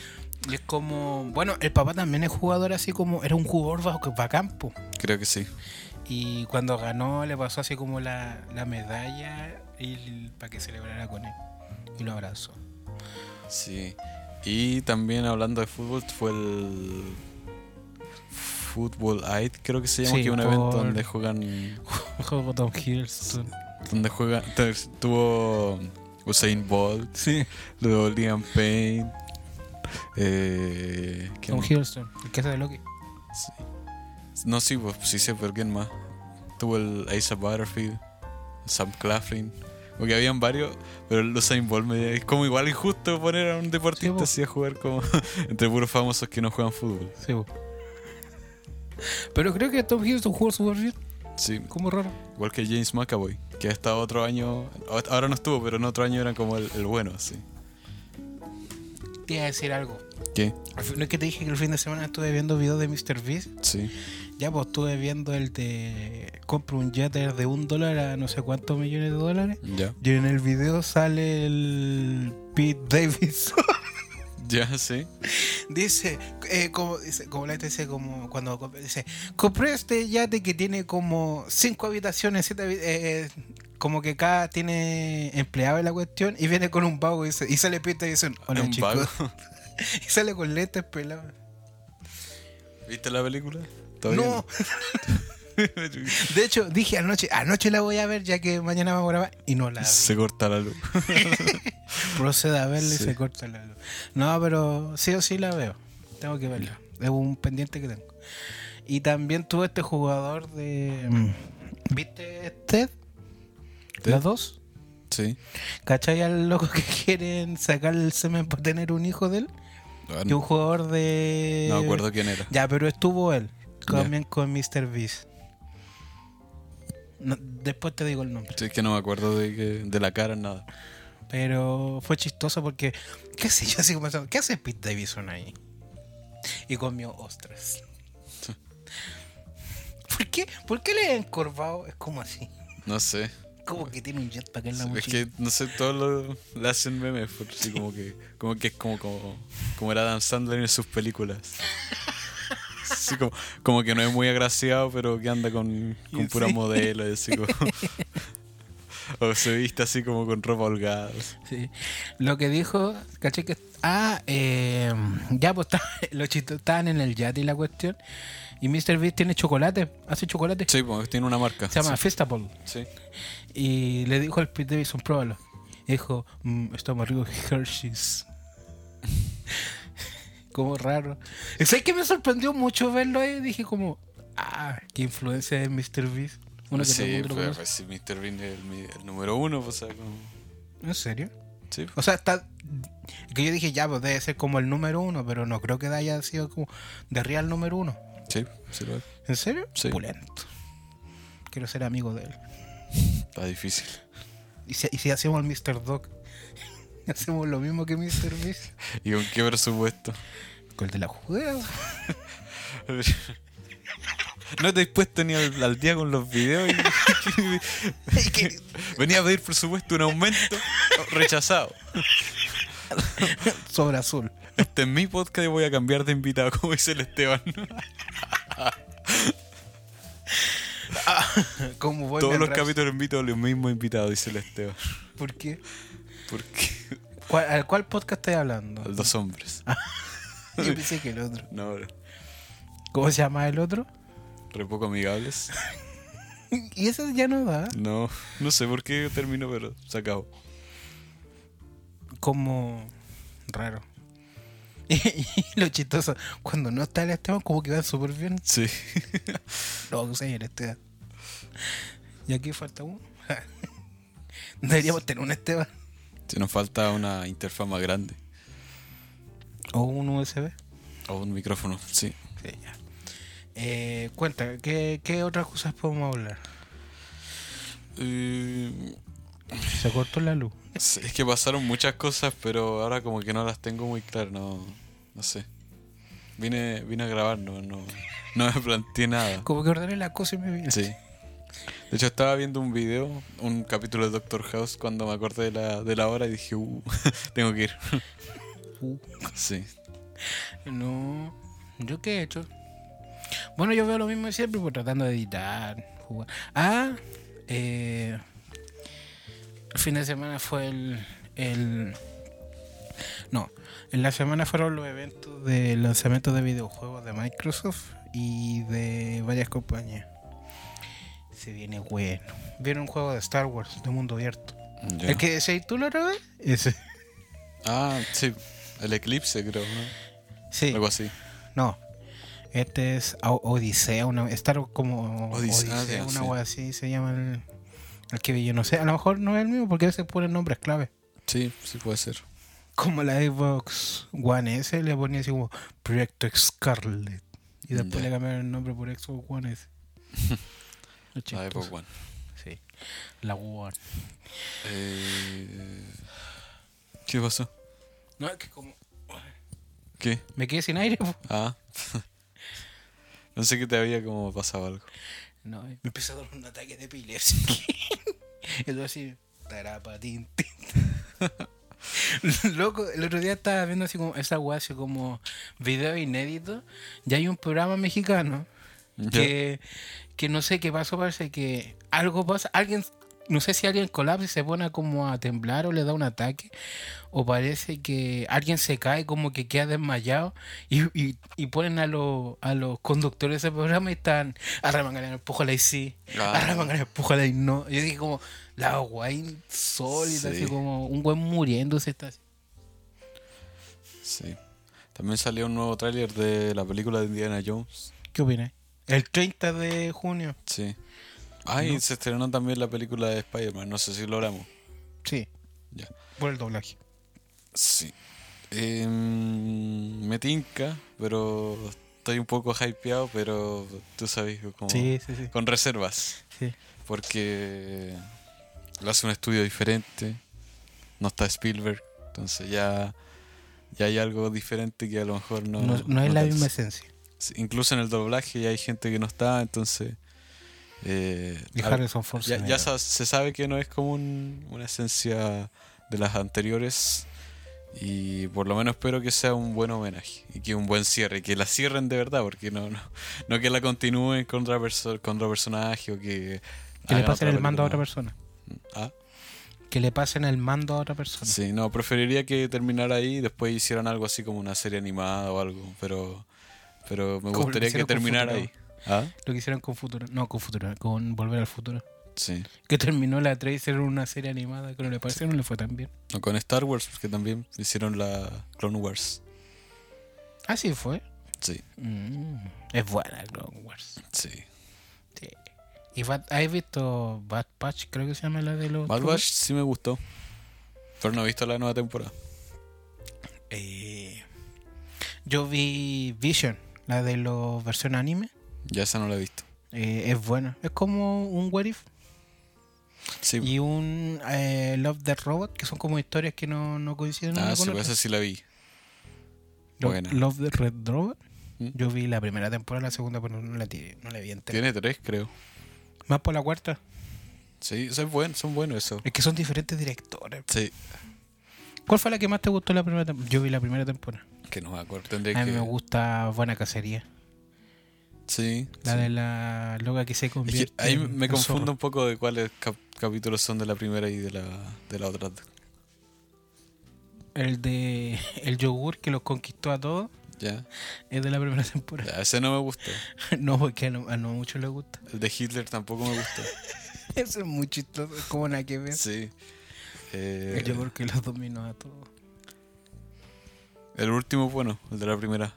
Speaker 3: *laughs* y es como. Bueno, el papá también es jugador, así como. Era un jugador bajo, campo.
Speaker 2: Creo que sí.
Speaker 3: Y cuando ganó, le pasó así como la, la medalla y para que celebrara con él. Y lo abrazó.
Speaker 2: Sí. Y también hablando de fútbol, fue el Football Aid, creo que se llama,
Speaker 3: Sí,
Speaker 2: que es un evento
Speaker 3: por-
Speaker 2: donde juegan.
Speaker 3: Juego Tom Hiddleston.
Speaker 2: Donde juega. Tuvo Usain Bolt,
Speaker 3: Sí.
Speaker 2: luego Liam Payne. Eh, ¿quién
Speaker 3: Tom
Speaker 2: más?
Speaker 3: Hiddleston, el que hace de Loki.
Speaker 2: Sí. No, sí, pues sí sé, pero ¿quién más? Tuvo el Asa Butterfield, Sam Claflin. Porque habían varios, pero el Usain Bolt me- es como igual injusto poner a un deportista
Speaker 3: po.
Speaker 2: así a jugar como *laughs* entre puros famosos que no juegan fútbol.
Speaker 3: Sí, po. Pero creo que Tom Hiddleston jugó súper bien,
Speaker 2: Sí,
Speaker 3: como raro.
Speaker 2: igual que James McAvoy, que ha estado otro año, ahora no estuvo, pero en otro año era como el, el bueno, así.
Speaker 3: Te iba a decir algo.
Speaker 2: ¿Qué?
Speaker 3: Al fin- No es que te dije que el fin de semana estuve viendo videos de Mr. Beast.
Speaker 2: Sí.
Speaker 3: Ya, pues estuve viendo el de. Compro un jetter de un dólar a no sé cuántos millones de dólares.
Speaker 2: Ya. *laughs*
Speaker 3: Y en el video sale el Pete Davidson.
Speaker 2: Ya, sí.
Speaker 3: *laughs* dice, eh, como, dice, como la gente dice, como cuando comp- dice, compré este yate que tiene como cinco habitaciones, siete habi- eh, eh, como que cada tiene empleado en la cuestión y viene con un vago y, dice- y sale Pete Davidson. Hola,
Speaker 2: Un
Speaker 3: chicos.
Speaker 2: vago.
Speaker 3: *laughs*
Speaker 2: *laughs*
Speaker 3: Y sale con lentes pelados.
Speaker 2: ¿Viste la película? Todavía
Speaker 3: No.
Speaker 2: *laughs*
Speaker 3: De hecho, dije anoche, anoche la voy a ver ya que mañana vamos a grabar y no la vi.
Speaker 2: Se corta la luz.
Speaker 3: Procede a verla y
Speaker 2: Sí.
Speaker 3: se corta la luz. No, pero sí o sí la veo. Tengo que verla. Es un pendiente que tengo. Y también tuvo este jugador de... mm, ¿Viste Ted?
Speaker 2: Ted.
Speaker 3: ¿Los dos?
Speaker 2: Sí.
Speaker 3: ¿Cachai al loco que *laughs* quieren sacar el semen para tener un hijo de él?
Speaker 2: Ah,
Speaker 3: Y
Speaker 2: No
Speaker 3: un jugador de...
Speaker 2: no me acuerdo quién era.
Speaker 3: Ya, pero estuvo él.
Speaker 2: Ya.
Speaker 3: También con Mr. Beast. No, después te digo el nombre.
Speaker 2: Sí, es que no me acuerdo de, que- de la cara, nada.
Speaker 3: Pero fue chistoso porque, qué sé yo, así como pensando, ¿qué hace Pete Davidson ahí? Y comió
Speaker 2: *laughs*
Speaker 3: ostras. ¿Por qué? ¿Por qué le he encorvado? Es como así.
Speaker 2: No sé.
Speaker 3: Como que tiene un jetpack en la
Speaker 2: Es
Speaker 3: mochila.
Speaker 2: que, no sé, todos lo- le hacen memes. por- sí, como que, como que es como, como, como era Dan Sandler en sus películas. Sí, como, como que no es muy agraciado, pero que anda con, con pura
Speaker 3: Sí.
Speaker 2: modelo y así como. *laughs* o se viste así como con ropa holgada.
Speaker 3: Sí. Lo que dijo, caché que. Ah, eh, ya, pues *laughs* está- los chistos estaban en el yate y la cuestión. Y Mr. Beast tiene chocolate, hace chocolate.
Speaker 2: Sí, pues tiene una marca.
Speaker 3: Se llama Festable.
Speaker 2: Sí.
Speaker 3: Y le dijo al Pete Davidson, pruébalo. Y dijo, "Mm, está más rico que Hershey's. *laughs* como raro. Y ¿Sabes que me sorprendió mucho verlo ahí? Dije como, ah, qué influencia de Mr. Beast. Uno que todo el
Speaker 2: sí,
Speaker 3: mundo lo
Speaker 2: pues,
Speaker 3: conoce.
Speaker 2: pues, sí, Mr. Bean es el, mi- el número uno, pues, o sea, como-
Speaker 3: ¿En serio?
Speaker 2: Sí, pues,
Speaker 3: O sea, está... Que yo dije, ya, pues debe ser como el número uno, pero no creo que haya sido como de real número uno.
Speaker 2: sí, sí lo es.
Speaker 3: ¿En serio?
Speaker 2: Sí.
Speaker 3: Pulento. Quiero ser amigo de él.
Speaker 2: Está difícil.
Speaker 3: ¿Y si, y si hacemos el Mr. Dog? *laughs* ¿Hacemos lo mismo que Mr. Beast?
Speaker 2: ¿Y con qué presupuesto?
Speaker 3: Con el de la judea.
Speaker 2: *laughs* No te has puesto ni al, al día con los videos. y- *laughs* Venía a pedir, por supuesto, un aumento rechazado.
Speaker 3: Sobre azul.
Speaker 2: Este es mi podcast y voy a cambiar de invitado, como dice el Esteban.
Speaker 3: Como Bohemian
Speaker 2: Todos los
Speaker 3: Rhapsody.
Speaker 2: capítulos invito a los mismos invitados, dice el Esteban.
Speaker 3: ¿Por qué?
Speaker 2: ¿Por qué?
Speaker 3: ¿Cuál, ¿Al cuál podcast estás hablando?
Speaker 2: A los dos hombres.
Speaker 3: Yo pensé que el otro.
Speaker 2: No, bro.
Speaker 3: ¿Cómo se llama el otro?
Speaker 2: Re poco amigables.
Speaker 3: Y ese ya no da.
Speaker 2: No, no sé por qué terminó, pero se acabó.
Speaker 3: Como raro. *laughs* Y, lo chistoso, cuando no está el Esteban, como que va súper bien.
Speaker 2: Sí. *laughs*
Speaker 3: Loco, señor Esteban. Y aquí falta uno. *laughs* Deberíamos tener un Esteban.
Speaker 2: Si nos falta una interfaz más grande.
Speaker 3: O un USB.
Speaker 2: O un micrófono, sí.
Speaker 3: Sí, ya. Eh, cuenta, ¿qué, ¿qué otras cosas podemos hablar?
Speaker 2: Eh,
Speaker 3: Se cortó la luz.
Speaker 2: sí, es que pasaron muchas cosas, pero ahora como que no las tengo muy claras, no, no sé. Vine, vine a grabar, no, no, no me planteé nada.
Speaker 3: Como que ordené las cosas y me vine.
Speaker 2: Sí. De hecho, estaba viendo un video, un capítulo de Doctor House, cuando me acordé de la, de la hora y dije, uh, *laughs* tengo que ir.
Speaker 3: Uh.
Speaker 2: Sí.
Speaker 3: No, ¿yo qué he hecho? Bueno, yo veo lo mismo de siempre, pues tratando de editar, jugar. Ah, eh, el fin de semana fue el, el- No, en la semana fueron los eventos de lanzamiento de videojuegos de Microsoft y de varias compañías. Se viene bueno. Viene un juego de Star Wars, de mundo abierto.
Speaker 2: Ya.
Speaker 3: ¿El que decías tú la otra vez? Ese.
Speaker 2: Ah, sí. El eclipse, creo, ¿no?
Speaker 3: Sí.
Speaker 2: Algo así.
Speaker 3: No. Este es O- Odisea, una Star como
Speaker 2: Odisea,
Speaker 3: Odisea,
Speaker 2: sí.
Speaker 3: una wea así se llama el, el que vi, yo no sé, a lo mejor no es el mismo porque se ponen nombres clave.
Speaker 2: Sí, sí puede ser.
Speaker 3: Como la Xbox One S le ponía así como Proyecto Scarlet y después
Speaker 2: Ya.
Speaker 3: le cambiaron el nombre por Xbox
Speaker 2: *laughs*
Speaker 3: One S. Lo
Speaker 2: La
Speaker 3: chistoso.
Speaker 2: Xbox One.
Speaker 3: Sí. La One.
Speaker 2: Eh, ¿Qué pasó?
Speaker 3: No, es que como
Speaker 2: ¿Qué?
Speaker 3: me quedé sin aire. po.
Speaker 2: Ah. *laughs* no sé qué te había como pasado algo.
Speaker 3: No, eh, me empezó a dar un ataque de epilepsia.
Speaker 2: *laughs*
Speaker 3: *laughs* y todo así, tarapatín, *laughs* Loco, el otro día estaba viendo así como esa weá, así como video inédito. Y hay un programa mexicano que, que no sé qué pasó, parece que algo pasa, alguien, no sé si alguien colapsa y se pone como a temblar o le da un ataque, o parece que alguien se cae como que queda desmayado y, y- y ponen a, los a los conductores de ese programa y están arremangan, empújala y sí,
Speaker 2: Ah.
Speaker 3: arremangan, empújala y no. Yo dije como, la guay insólita,
Speaker 2: Sí.
Speaker 3: así como un güey muriéndose. Está así.
Speaker 2: Sí. También salió un nuevo tráiler de la película de Indiana Jones.
Speaker 3: ¿Qué opinas? El 30 de junio,
Speaker 2: Sí. Ay, se estrenó también la película de Spider-Man. No sé si lo hablamos.
Speaker 3: sí,
Speaker 2: Ya.
Speaker 3: por el doblaje.
Speaker 2: Sí. Em, me tinca, pero estoy un poco hypeado, pero tú sabes, como
Speaker 3: Sí, sí, sí.
Speaker 2: con reservas.
Speaker 3: sí.
Speaker 2: Porque lo hace un estudio diferente. No está Spielberg. Entonces ya, ya hay algo diferente que a lo mejor no.
Speaker 3: No, no es la
Speaker 2: alcanza.
Speaker 3: misma esencia.
Speaker 2: Sí, Incluso en el doblaje ya hay gente que no está, entonces. eh,
Speaker 3: Y
Speaker 2: al-
Speaker 3: Harrison Ford.
Speaker 2: ya,
Speaker 3: se
Speaker 2: ya
Speaker 3: negó.
Speaker 2: sa- se sabe que no es como un- una esencia de las anteriores. Y por lo menos espero que sea un buen homenaje y que un buen cierre, que la cierren de verdad, porque no, no, no que la continúen con otra, perso- con otro personaje o que.
Speaker 3: Que le
Speaker 2: hagan
Speaker 3: pasen
Speaker 2: otra
Speaker 3: el mando a otra
Speaker 2: película.
Speaker 3: persona.
Speaker 2: Ah,
Speaker 3: Que le pasen el mando a otra persona.
Speaker 2: sí, no, preferiría que terminara ahí y después hicieran algo así como una serie animada o algo, pero, pero me
Speaker 3: Como lo
Speaker 2: gustaría que
Speaker 3: hicieron con
Speaker 2: terminara ahí.
Speaker 3: Futurama.
Speaker 2: ¿Ah?
Speaker 3: Lo que hicieron con Futuro. No, con Futuro. Con Volver al Futuro.
Speaker 2: Sí.
Speaker 3: Que terminó la 3 y hicieron una serie animada. Que no le parece, no le fue tan bien.
Speaker 2: O con Star Wars, porque también hicieron la Clone Wars.
Speaker 3: Así Ah, fue.
Speaker 2: Sí,
Speaker 3: Mm, es buena Clone Wars.
Speaker 2: sí.
Speaker 3: Sí. ¿Y Bad- has visto Bad Patch? Creo que se llama la de los.
Speaker 2: Bad Batch
Speaker 3: Batch
Speaker 2: sí me gustó. Pero no he visto la nueva temporada.
Speaker 3: Eh, yo vi Vision, la de los versión anime.
Speaker 2: Ya esa no la he visto.
Speaker 3: Eh, es buena. Es como un What If,
Speaker 2: Sí,
Speaker 3: y un eh, Love the Robot, que son como historias que no, no coinciden
Speaker 2: ah,
Speaker 3: una
Speaker 2: sí,
Speaker 3: con
Speaker 2: pues
Speaker 3: otra.
Speaker 2: esa sí la vi.
Speaker 3: Lo-
Speaker 2: buena.
Speaker 3: Love the Red Robot.
Speaker 2: ¿Mm?
Speaker 3: Yo vi la primera temporada, la segunda, pero no la, ti- no la vi entera.
Speaker 2: Tiene tres, creo.
Speaker 3: Más por la cuarta.
Speaker 2: Sí, son buenos, son buenos eso.
Speaker 3: Es que son diferentes directores.
Speaker 2: Sí,
Speaker 3: ¿Cuál fue la que más te gustó la primera temporada? Yo vi la primera temporada.
Speaker 2: que no me acuerdo. Tendría
Speaker 3: A mí
Speaker 2: que...
Speaker 3: me gusta Buena Cacería.
Speaker 2: Sí.
Speaker 3: La
Speaker 2: sí.
Speaker 3: de la loca que se
Speaker 2: Es
Speaker 3: convierte.
Speaker 2: que ahí
Speaker 3: en-
Speaker 2: me
Speaker 3: en
Speaker 2: confundo
Speaker 3: zorro.
Speaker 2: un poco de cuáles cap- capítulos son de la primera y de la, de la otra.
Speaker 3: El de el yogur que los conquistó a todos
Speaker 2: Ya.
Speaker 3: es de la primera *laughs* temporada.
Speaker 2: ya ese no me gustó.
Speaker 3: No, porque a no, a no muchos les gusta. *laughs*
Speaker 2: El de Hitler tampoco me gustó.
Speaker 3: Eso es muy chistoso. es Como nada que ver.
Speaker 2: Sí. Eh,
Speaker 3: El yogur que los dominó a todos.
Speaker 2: El último es bueno, el de la primera.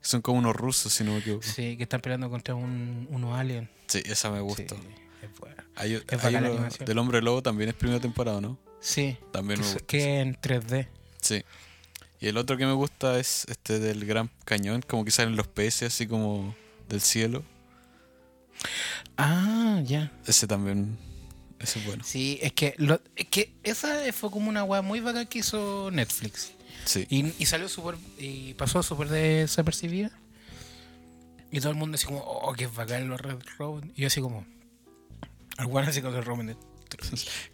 Speaker 2: Son como unos rusos, si no me equivoco.
Speaker 3: Sí, que están peleando contra un, unos aliens.
Speaker 2: Sí, esa me gustó.
Speaker 3: Sí, es bueno.
Speaker 2: Hay, hay
Speaker 3: bacán la
Speaker 2: uno
Speaker 3: animación.
Speaker 2: del Hombre Lobo también es primera temporada, ¿no?
Speaker 3: Sí,
Speaker 2: También me
Speaker 3: que,
Speaker 2: gusta.
Speaker 3: que en 3D.
Speaker 2: Sí. Y el otro que me gusta es este del Gran Cañón, como que salen los peces así como del cielo.
Speaker 3: Ah, ya.
Speaker 2: Ese también, ese es bueno.
Speaker 3: Sí, es que, lo- es que esa fue como una weá muy bacán que hizo Netflix.
Speaker 2: Sí.
Speaker 3: Y, y salió súper. Y pasó súper desapercibida. Y todo el mundo así como, oh, qué bacán los Red Robin. Y yo así como, alguna así con los Robin.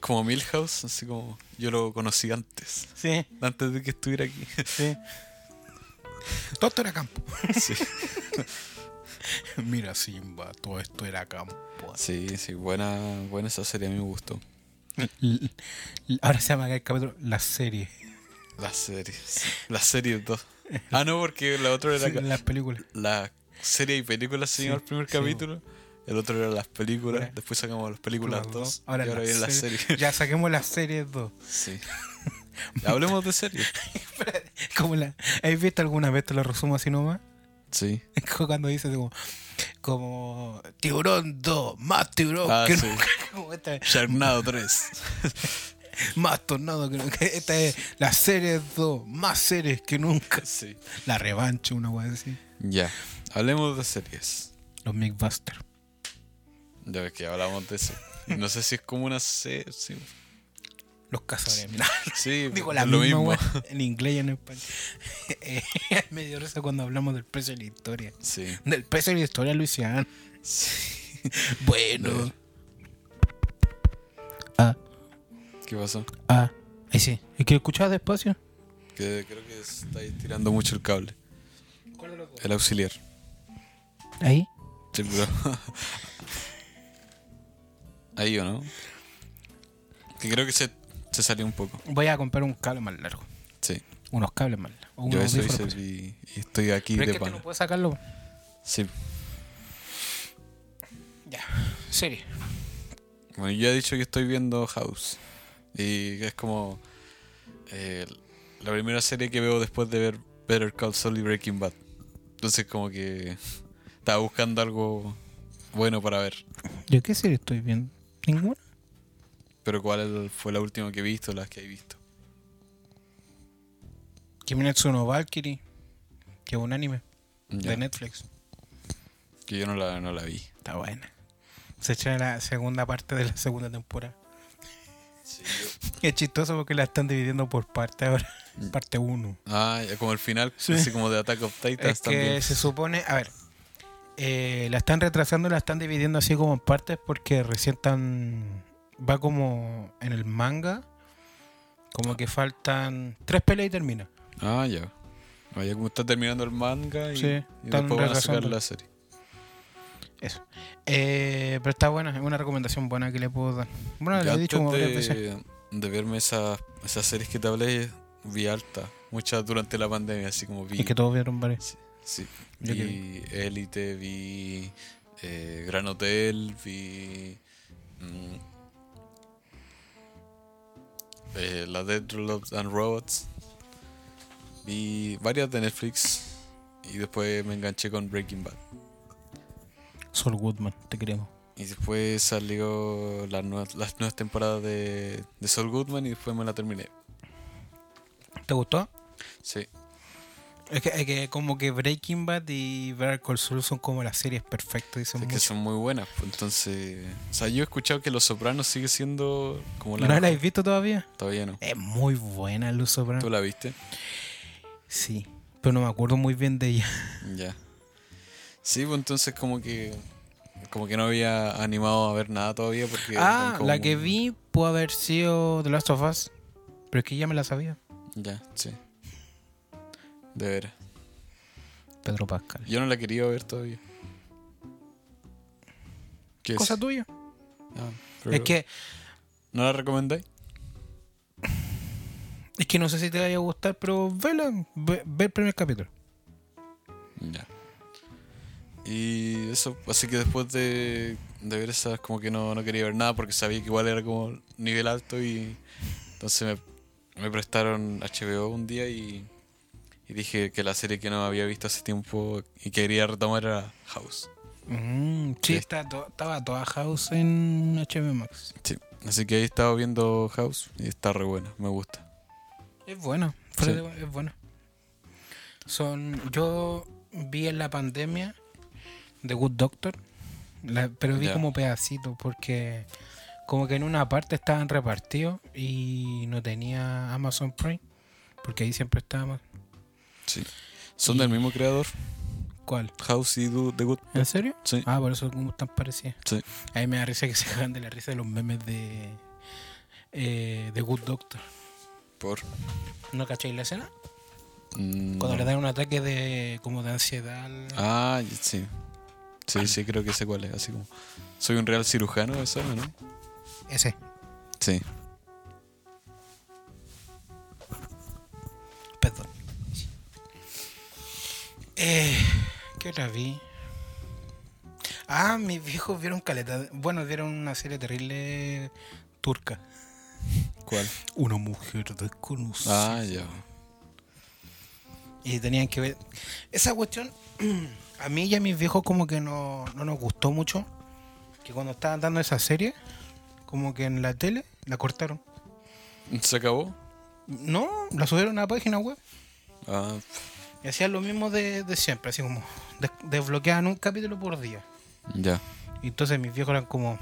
Speaker 2: Como Milhouse, así como yo lo conocí antes,
Speaker 3: Sí,
Speaker 2: antes de que estuviera aquí. *laughs*
Speaker 3: sí. todo esto era campo. *laughs*
Speaker 2: Sí,
Speaker 3: Mira, Simba, todo esto era campo.
Speaker 2: *laughs* sí, sí, buena, buena esa serie, a mí me gustó.
Speaker 3: L- l- Ahora se llama el capítulo La serie.
Speaker 2: Las series, las series 2. Ah, no, porque la otra
Speaker 3: *laughs*
Speaker 2: era ca-
Speaker 3: Las películas.
Speaker 2: la serie y películas se
Speaker 3: Sí,
Speaker 2: llama el primer
Speaker 3: sí,
Speaker 2: capítulo. El otro era las películas,
Speaker 3: Ahora-
Speaker 2: después sacamos las películas 2
Speaker 3: Ahora,
Speaker 2: y ahora viene la
Speaker 3: serie.
Speaker 2: serie.
Speaker 3: Ya saquemos las series 2. *laughs*
Speaker 2: Sí. *laughs* Hablemos de series.
Speaker 3: Como la, ¿Has visto alguna vez? Te lo resumo así nomás.
Speaker 2: Sí.
Speaker 3: *laughs* Como Cuando dices como, como Tiburón 2, más tiburón
Speaker 2: Ah,
Speaker 3: que
Speaker 2: sí.
Speaker 3: nunca. *laughs* Como esta,
Speaker 2: Sharknado
Speaker 3: *laughs*
Speaker 2: 3.
Speaker 3: más tornado que nunca. *laughs* Esta es la serie 2, más series que nunca. *laughs*
Speaker 2: Sí.
Speaker 3: La revancha, una weá así.
Speaker 2: Ya. Hablemos de series.
Speaker 3: Los Mythbusters.
Speaker 2: Ya ves que hablamos de eso. No sé si es como una serie. Sí.
Speaker 3: Los cazadores. Mira.
Speaker 2: sí,
Speaker 3: *laughs* Digo la
Speaker 2: es
Speaker 3: misma, weá, en inglés y en español. *laughs* Eh, me dio risa cuando hablamos del precio de la historia.
Speaker 2: Sí.
Speaker 3: Del precio de la historia, Luisiana. *laughs*
Speaker 2: Sí.
Speaker 3: Bueno. Ah,
Speaker 2: ¿Qué pasó?
Speaker 3: ah. Ahí sí. ¿Y que escuchar despacio?
Speaker 2: Que creo que estáis tirando mucho el cable. El auxiliar.
Speaker 3: Ahí.
Speaker 2: Sí, pero- *laughs* Ahí o no. Que creo que se, se salió un poco.
Speaker 3: Voy a comprar un cable más largo.
Speaker 2: Sí.
Speaker 3: Unos cables más largos. o
Speaker 2: Yo
Speaker 3: unos
Speaker 2: eso hice
Speaker 3: audífonos.
Speaker 2: y, y estoy aquí
Speaker 3: Pero
Speaker 2: de
Speaker 3: es que este
Speaker 2: pana.
Speaker 3: no puedes sacarlo.
Speaker 2: Sí.
Speaker 3: Ya. Serie.
Speaker 2: Bueno, yo he dicho que estoy viendo House. Y es como eh, la primera serie que veo después de ver Better Call Saul y Breaking Bad. Entonces como que estaba buscando algo bueno para ver.
Speaker 3: ¿Yo qué serie estoy viendo? ¿Ninguna?
Speaker 2: Pero cuál fue la última que he visto, las que he visto.
Speaker 3: Kimetsu no Valkyrie. Que es un anime.
Speaker 2: Ya,
Speaker 3: De Netflix.
Speaker 2: que yo no la, no la vi.
Speaker 3: Está buena. Se echa la segunda parte de la segunda temporada. *laughs* Es chistoso porque la están dividiendo por parte ahora.
Speaker 2: Mm.
Speaker 3: Parte 1.
Speaker 2: Ah, ya como el final,
Speaker 3: Sí.
Speaker 2: así como de Attack of Titans
Speaker 3: Es que
Speaker 2: también.
Speaker 3: se supone, a ver, eh, la están retrasando, la están dividiendo así como en partes porque recién están, va como en el manga, como que faltan tres peleas y termina.
Speaker 2: Ah, ya. Ah, ya como está terminando el manga y,
Speaker 3: Sí,
Speaker 2: y
Speaker 3: están
Speaker 2: después van a sacar
Speaker 3: retrasando.
Speaker 2: la serie.
Speaker 3: Eso. Eh, pero está buena, es una recomendación buena que le puedo dar. Bueno,
Speaker 2: Yo
Speaker 3: le he dicho como
Speaker 2: antes
Speaker 3: varias veces.
Speaker 2: de, de verme esas, esas series que te hablé, vi alta, muchas durante la pandemia, así como vi.
Speaker 3: Y que todos vieron varias.
Speaker 2: sí,
Speaker 3: Yo que
Speaker 2: vi Élite, vi eh, Gran Hotel, vi. mm, eh, la Dead Love and Robots. Vi varias de Netflix y después me enganché con Breaking Bad.
Speaker 3: Sol Goodman, te queremos.
Speaker 2: Y después salió las nuevas, las nuevas temporadas de, de Saul Goodman y después me la terminé.
Speaker 3: ¿Te gustó?
Speaker 2: Sí,
Speaker 3: Es que, es que como que Breaking Bad y Better Call Saul son como las series perfectas, dicen
Speaker 2: es que
Speaker 3: mucho.
Speaker 2: son muy buenas. pues, Entonces, o sea, yo he escuchado que Los Sopranos sigue siendo como la.
Speaker 3: ¿No la
Speaker 2: mejor.
Speaker 3: habéis visto todavía?
Speaker 2: Todavía no.
Speaker 3: Es muy buena Luz Soprano.
Speaker 2: ¿Tú la viste?
Speaker 3: Sí, pero no me acuerdo muy bien de ella.
Speaker 2: Ya. Sí, pues entonces como que como que no había animado a ver nada todavía porque
Speaker 3: ah,
Speaker 2: eran como
Speaker 3: la que
Speaker 2: muy-
Speaker 3: vi pudo haber sido The Last of Us, pero es que ya me la sabía.
Speaker 2: Ya, sí. De veras.
Speaker 3: Pedro Pascal.
Speaker 2: Yo no la quería ver todavía. ¿Qué
Speaker 3: Cosa
Speaker 2: es?
Speaker 3: tuya.
Speaker 2: Ah,
Speaker 3: Es
Speaker 2: pero-
Speaker 3: que,
Speaker 2: ¿No la recomendáis?
Speaker 3: es que no sé si te vaya a gustar, pero vela, ve, ve el primer capítulo.
Speaker 2: Ya. Y eso, así que después de, de ver esas, como que no, no quería ver nada porque sabía que igual era como nivel alto y entonces me prestaron HBO un día y, y dije que la serie que no había visto hace tiempo y quería retomar era House.
Speaker 3: Mm, sí,
Speaker 2: Sí.
Speaker 3: está to- estaba toda House en HBO Max.
Speaker 2: Sí. Así que ahí he estado viendo House y está re buena, me gusta.
Speaker 3: Es buena, fuera
Speaker 2: Sí.
Speaker 3: de- es buena. Son, yo vi en la pandemia The Good Doctor, la- pero vi
Speaker 2: Ya.
Speaker 3: como pedacitos porque como que en una parte estaban repartidos y no tenía Amazon Prime, porque ahí siempre estábamos.
Speaker 2: Sí. Son del mismo creador,
Speaker 3: ¿Cuál?
Speaker 2: House y Do- The Good.
Speaker 3: ¿En serio?
Speaker 2: Sí.
Speaker 3: Ah, por eso como tan parecida.
Speaker 2: Sí.
Speaker 3: A mí me da risa que *laughs* se cagan de la risa de los memes de eh, The Good Doctor.
Speaker 2: Por.
Speaker 3: ¿No cacháis la escena?
Speaker 2: Mm,
Speaker 3: Cuando
Speaker 2: no.
Speaker 3: le dan un ataque de como de ansiedad. al-
Speaker 2: Ah, sí. Sí, sí, creo que sé cuál es. Así como. Soy un real cirujano, eso, ¿no?
Speaker 3: Ese.
Speaker 2: Sí.
Speaker 3: Perdón. Eh, ¿Qué hora vi? Ah, mis viejos vieron caleta. de- Bueno, vieron una serie terrible turca.
Speaker 2: ¿Cuál?
Speaker 3: Una mujer desconocida.
Speaker 2: Ah, ya.
Speaker 3: Y tenían que ver. Esa cuestión, *clears throat* a mí y a mis viejos, como que no, no nos gustó mucho. Que cuando estaban dando esa serie, como que en la tele, la cortaron.
Speaker 2: ¿Se acabó?
Speaker 3: No, la subieron a la página web.
Speaker 2: Ah,
Speaker 3: Y hacían lo mismo de, de siempre, así como des- desbloqueaban un capítulo por día.
Speaker 2: ya.
Speaker 3: Y entonces mis viejos eran como.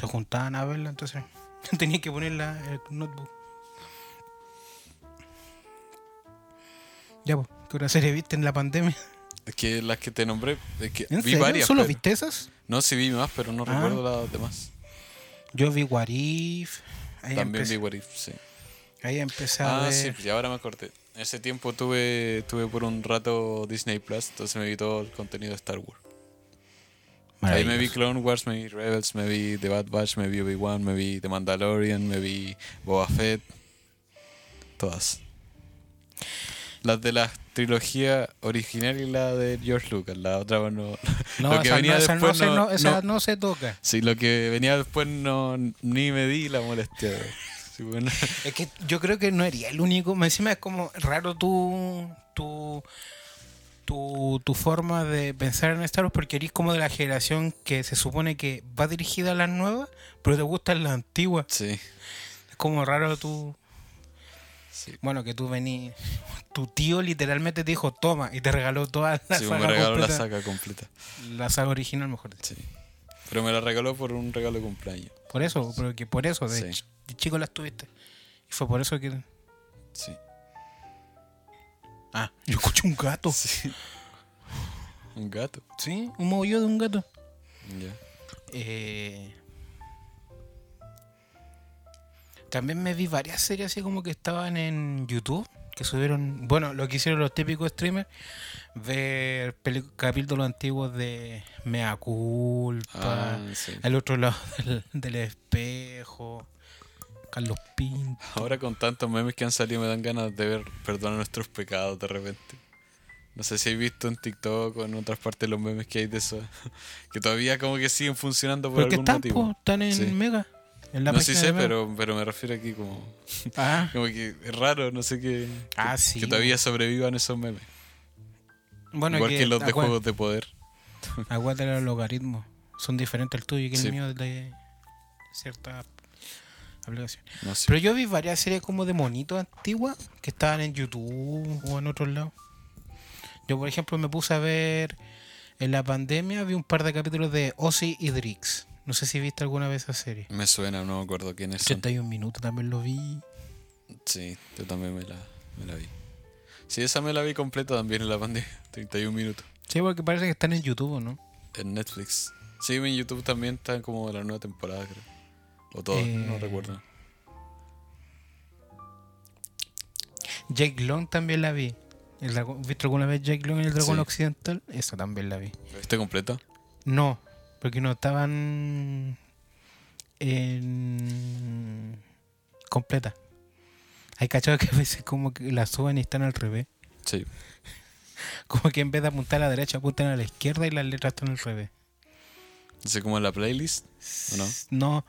Speaker 3: Se juntaban a verla, entonces *laughs* tenía que ponerla en el notebook. Ya, pues, ¿qué otra serie viste en la pandemia? *laughs*
Speaker 2: Es que las que te nombré, es que
Speaker 3: ¿En
Speaker 2: vi
Speaker 3: serio?
Speaker 2: varias.
Speaker 3: ¿Solo
Speaker 2: pero-
Speaker 3: viste esas?
Speaker 2: No, sí vi más, pero no
Speaker 3: Ah.
Speaker 2: recuerdo las demás.
Speaker 3: Yo vi Warif. Ahí
Speaker 2: También
Speaker 3: empecé,
Speaker 2: vi What If, sí.
Speaker 3: Ahí empecé a
Speaker 2: Ah,
Speaker 3: ver.
Speaker 2: sí, y ahora me acordé. Ese tiempo tuve, tuve por un rato Disney Plus, entonces me vi todo el contenido de Star Wars. Ahí me vi
Speaker 3: Maravilloso.
Speaker 2: Clone Wars, me vi Rebels, me vi The Bad Batch, me vi Obi-Wan, me vi The Mandalorian, me vi Boba Fett. Todas. Las de la trilogía original y la de George Lucas. La otra no. *laughs*
Speaker 3: No,
Speaker 2: lo que
Speaker 3: esa
Speaker 2: venía
Speaker 3: no, esa no
Speaker 2: después
Speaker 3: se-
Speaker 2: no-
Speaker 3: no- esa
Speaker 2: no-
Speaker 3: no se toca.
Speaker 2: Sí, lo que venía después no ni me di la molestia. güey. Sí, bueno. *laughs*
Speaker 3: Es que yo creo que no sería el único. más Encima es como raro tu, tu, tu, tu forma de pensar en Star Wars porque eres como de la generación que se supone que va dirigida a las nuevas, pero te gustan las antiguas.
Speaker 2: Sí,
Speaker 3: Es como raro tu.
Speaker 2: sí.
Speaker 3: Bueno, que tú venís. Tu tío literalmente te dijo toma y te regaló toda la
Speaker 2: Sí, me
Speaker 3: saga
Speaker 2: regaló la
Speaker 3: completa.
Speaker 2: saga completa.
Speaker 3: La saga original, mejor dicho.
Speaker 2: Sí. Pero me la regaló por un regalo de cumpleaños.
Speaker 3: Por eso, pero que por eso, de,
Speaker 2: Sí.
Speaker 3: chi- de chico las tuviste. Y fue por eso que.
Speaker 2: Sí.
Speaker 3: Ah, yo escucho un gato.
Speaker 2: Sí. *laughs* Un gato.
Speaker 3: Sí, un mogollo de un gato.
Speaker 2: Ya.
Speaker 3: Eh, también me vi varias series así como que estaban en YouTube, que subieron, bueno, lo que hicieron los típicos streamers, ver peli- capítulos antiguos de Mea Culpa,
Speaker 2: Ah, sí.
Speaker 3: al otro lado *laughs* del, del espejo, Carlos Pinto.
Speaker 2: Ahora con tantos memes que han salido me dan ganas de ver perdona nuestros pecados de repente. No sé si he visto en TikTok o en otras partes los memes que hay de eso. *laughs* Que todavía como que siguen funcionando por
Speaker 3: Porque
Speaker 2: algún
Speaker 3: están,
Speaker 2: motivo.
Speaker 3: po, están en
Speaker 2: Sí.
Speaker 3: Mega. En la
Speaker 2: No sí
Speaker 3: página
Speaker 2: sé,
Speaker 3: de Mega.
Speaker 2: pero, pero me refiero aquí como...
Speaker 3: Ah,
Speaker 2: Como que es raro, no sé qué.
Speaker 3: Ah,
Speaker 2: que,
Speaker 3: sí.
Speaker 2: que todavía sobrevivan esos memes.
Speaker 3: bueno,
Speaker 2: Igual que, los de
Speaker 3: aguanta-
Speaker 2: juegos de poder.
Speaker 3: Aguanta los logaritmos. Son diferentes al tuyo y que
Speaker 2: Sí.
Speaker 3: el mío de cierta aplicación.
Speaker 2: No sé.
Speaker 3: Pero yo vi varias series como de monitos antiguas que estaban en YouTube o en otros lados. Yo, por ejemplo, me puse a ver en la pandemia, vi un par de capítulos de Ozzy y Drix. No sé si viste alguna vez esa serie.
Speaker 2: Me suena, no me acuerdo quién es.
Speaker 3: 81 minutos también lo vi.
Speaker 2: Sí, yo también me la, me la vi. Sí, esa me la vi completa también en la pandemia. *laughs* 31 minutos.
Speaker 3: Sí, porque parece que están en YouTube, ¿o ¿no?
Speaker 2: En Netflix. Sí, en YouTube también está como la nueva temporada, creo. O todo, no
Speaker 3: Eh.
Speaker 2: recuerdo.
Speaker 3: Jake Long también la vi. El dragón- ¿Viste alguna vez Jake Long en el Dragón
Speaker 2: Sí.
Speaker 3: Occidental? Esa también la vi.
Speaker 2: ¿La viste completa?
Speaker 3: No, porque no estaban en completa. Hay cachados que a veces como que la suben y están al revés.
Speaker 2: Sí.
Speaker 3: Como que en vez de apuntar a la derecha, apuntan a la izquierda y las letras están al revés.
Speaker 2: No sé, como en la playlist. ¿O no?
Speaker 3: No,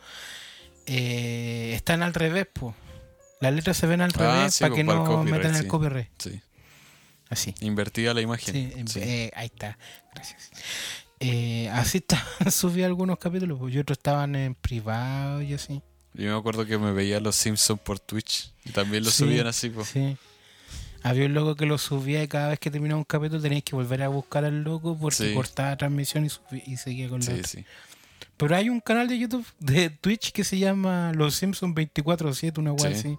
Speaker 3: eh, están al revés, pues. Las letras se ven al revés
Speaker 2: sí,
Speaker 3: para
Speaker 2: pues,
Speaker 3: que
Speaker 2: para el
Speaker 3: no
Speaker 2: copyright,
Speaker 3: metan el
Speaker 2: sí.
Speaker 3: copyright.
Speaker 2: Sí.
Speaker 3: Así.
Speaker 2: Invertida la imagen.
Speaker 3: Sí, em-
Speaker 2: Sí.
Speaker 3: eh, ahí está. Gracias. Eh, así *laughs* está. Subí algunos capítulos pues, y otros estaban en privado y así.
Speaker 2: Yo me acuerdo que me veía los Simpsons por Twitch. Y también los
Speaker 3: eh. Sí,
Speaker 2: subían así, po.
Speaker 3: Sí. Había un loco que lo subía y cada vez que terminaba un capítulo tenías que volver a buscar al loco porque
Speaker 2: Sí.
Speaker 3: cortaba transmisión y, subí- y seguía con la
Speaker 2: Sí,
Speaker 3: otra.
Speaker 2: sí.
Speaker 3: Pero hay un canal de YouTube, de Twitch, que se llama Los Simpsons 24-7, una web
Speaker 2: Sí.
Speaker 3: así.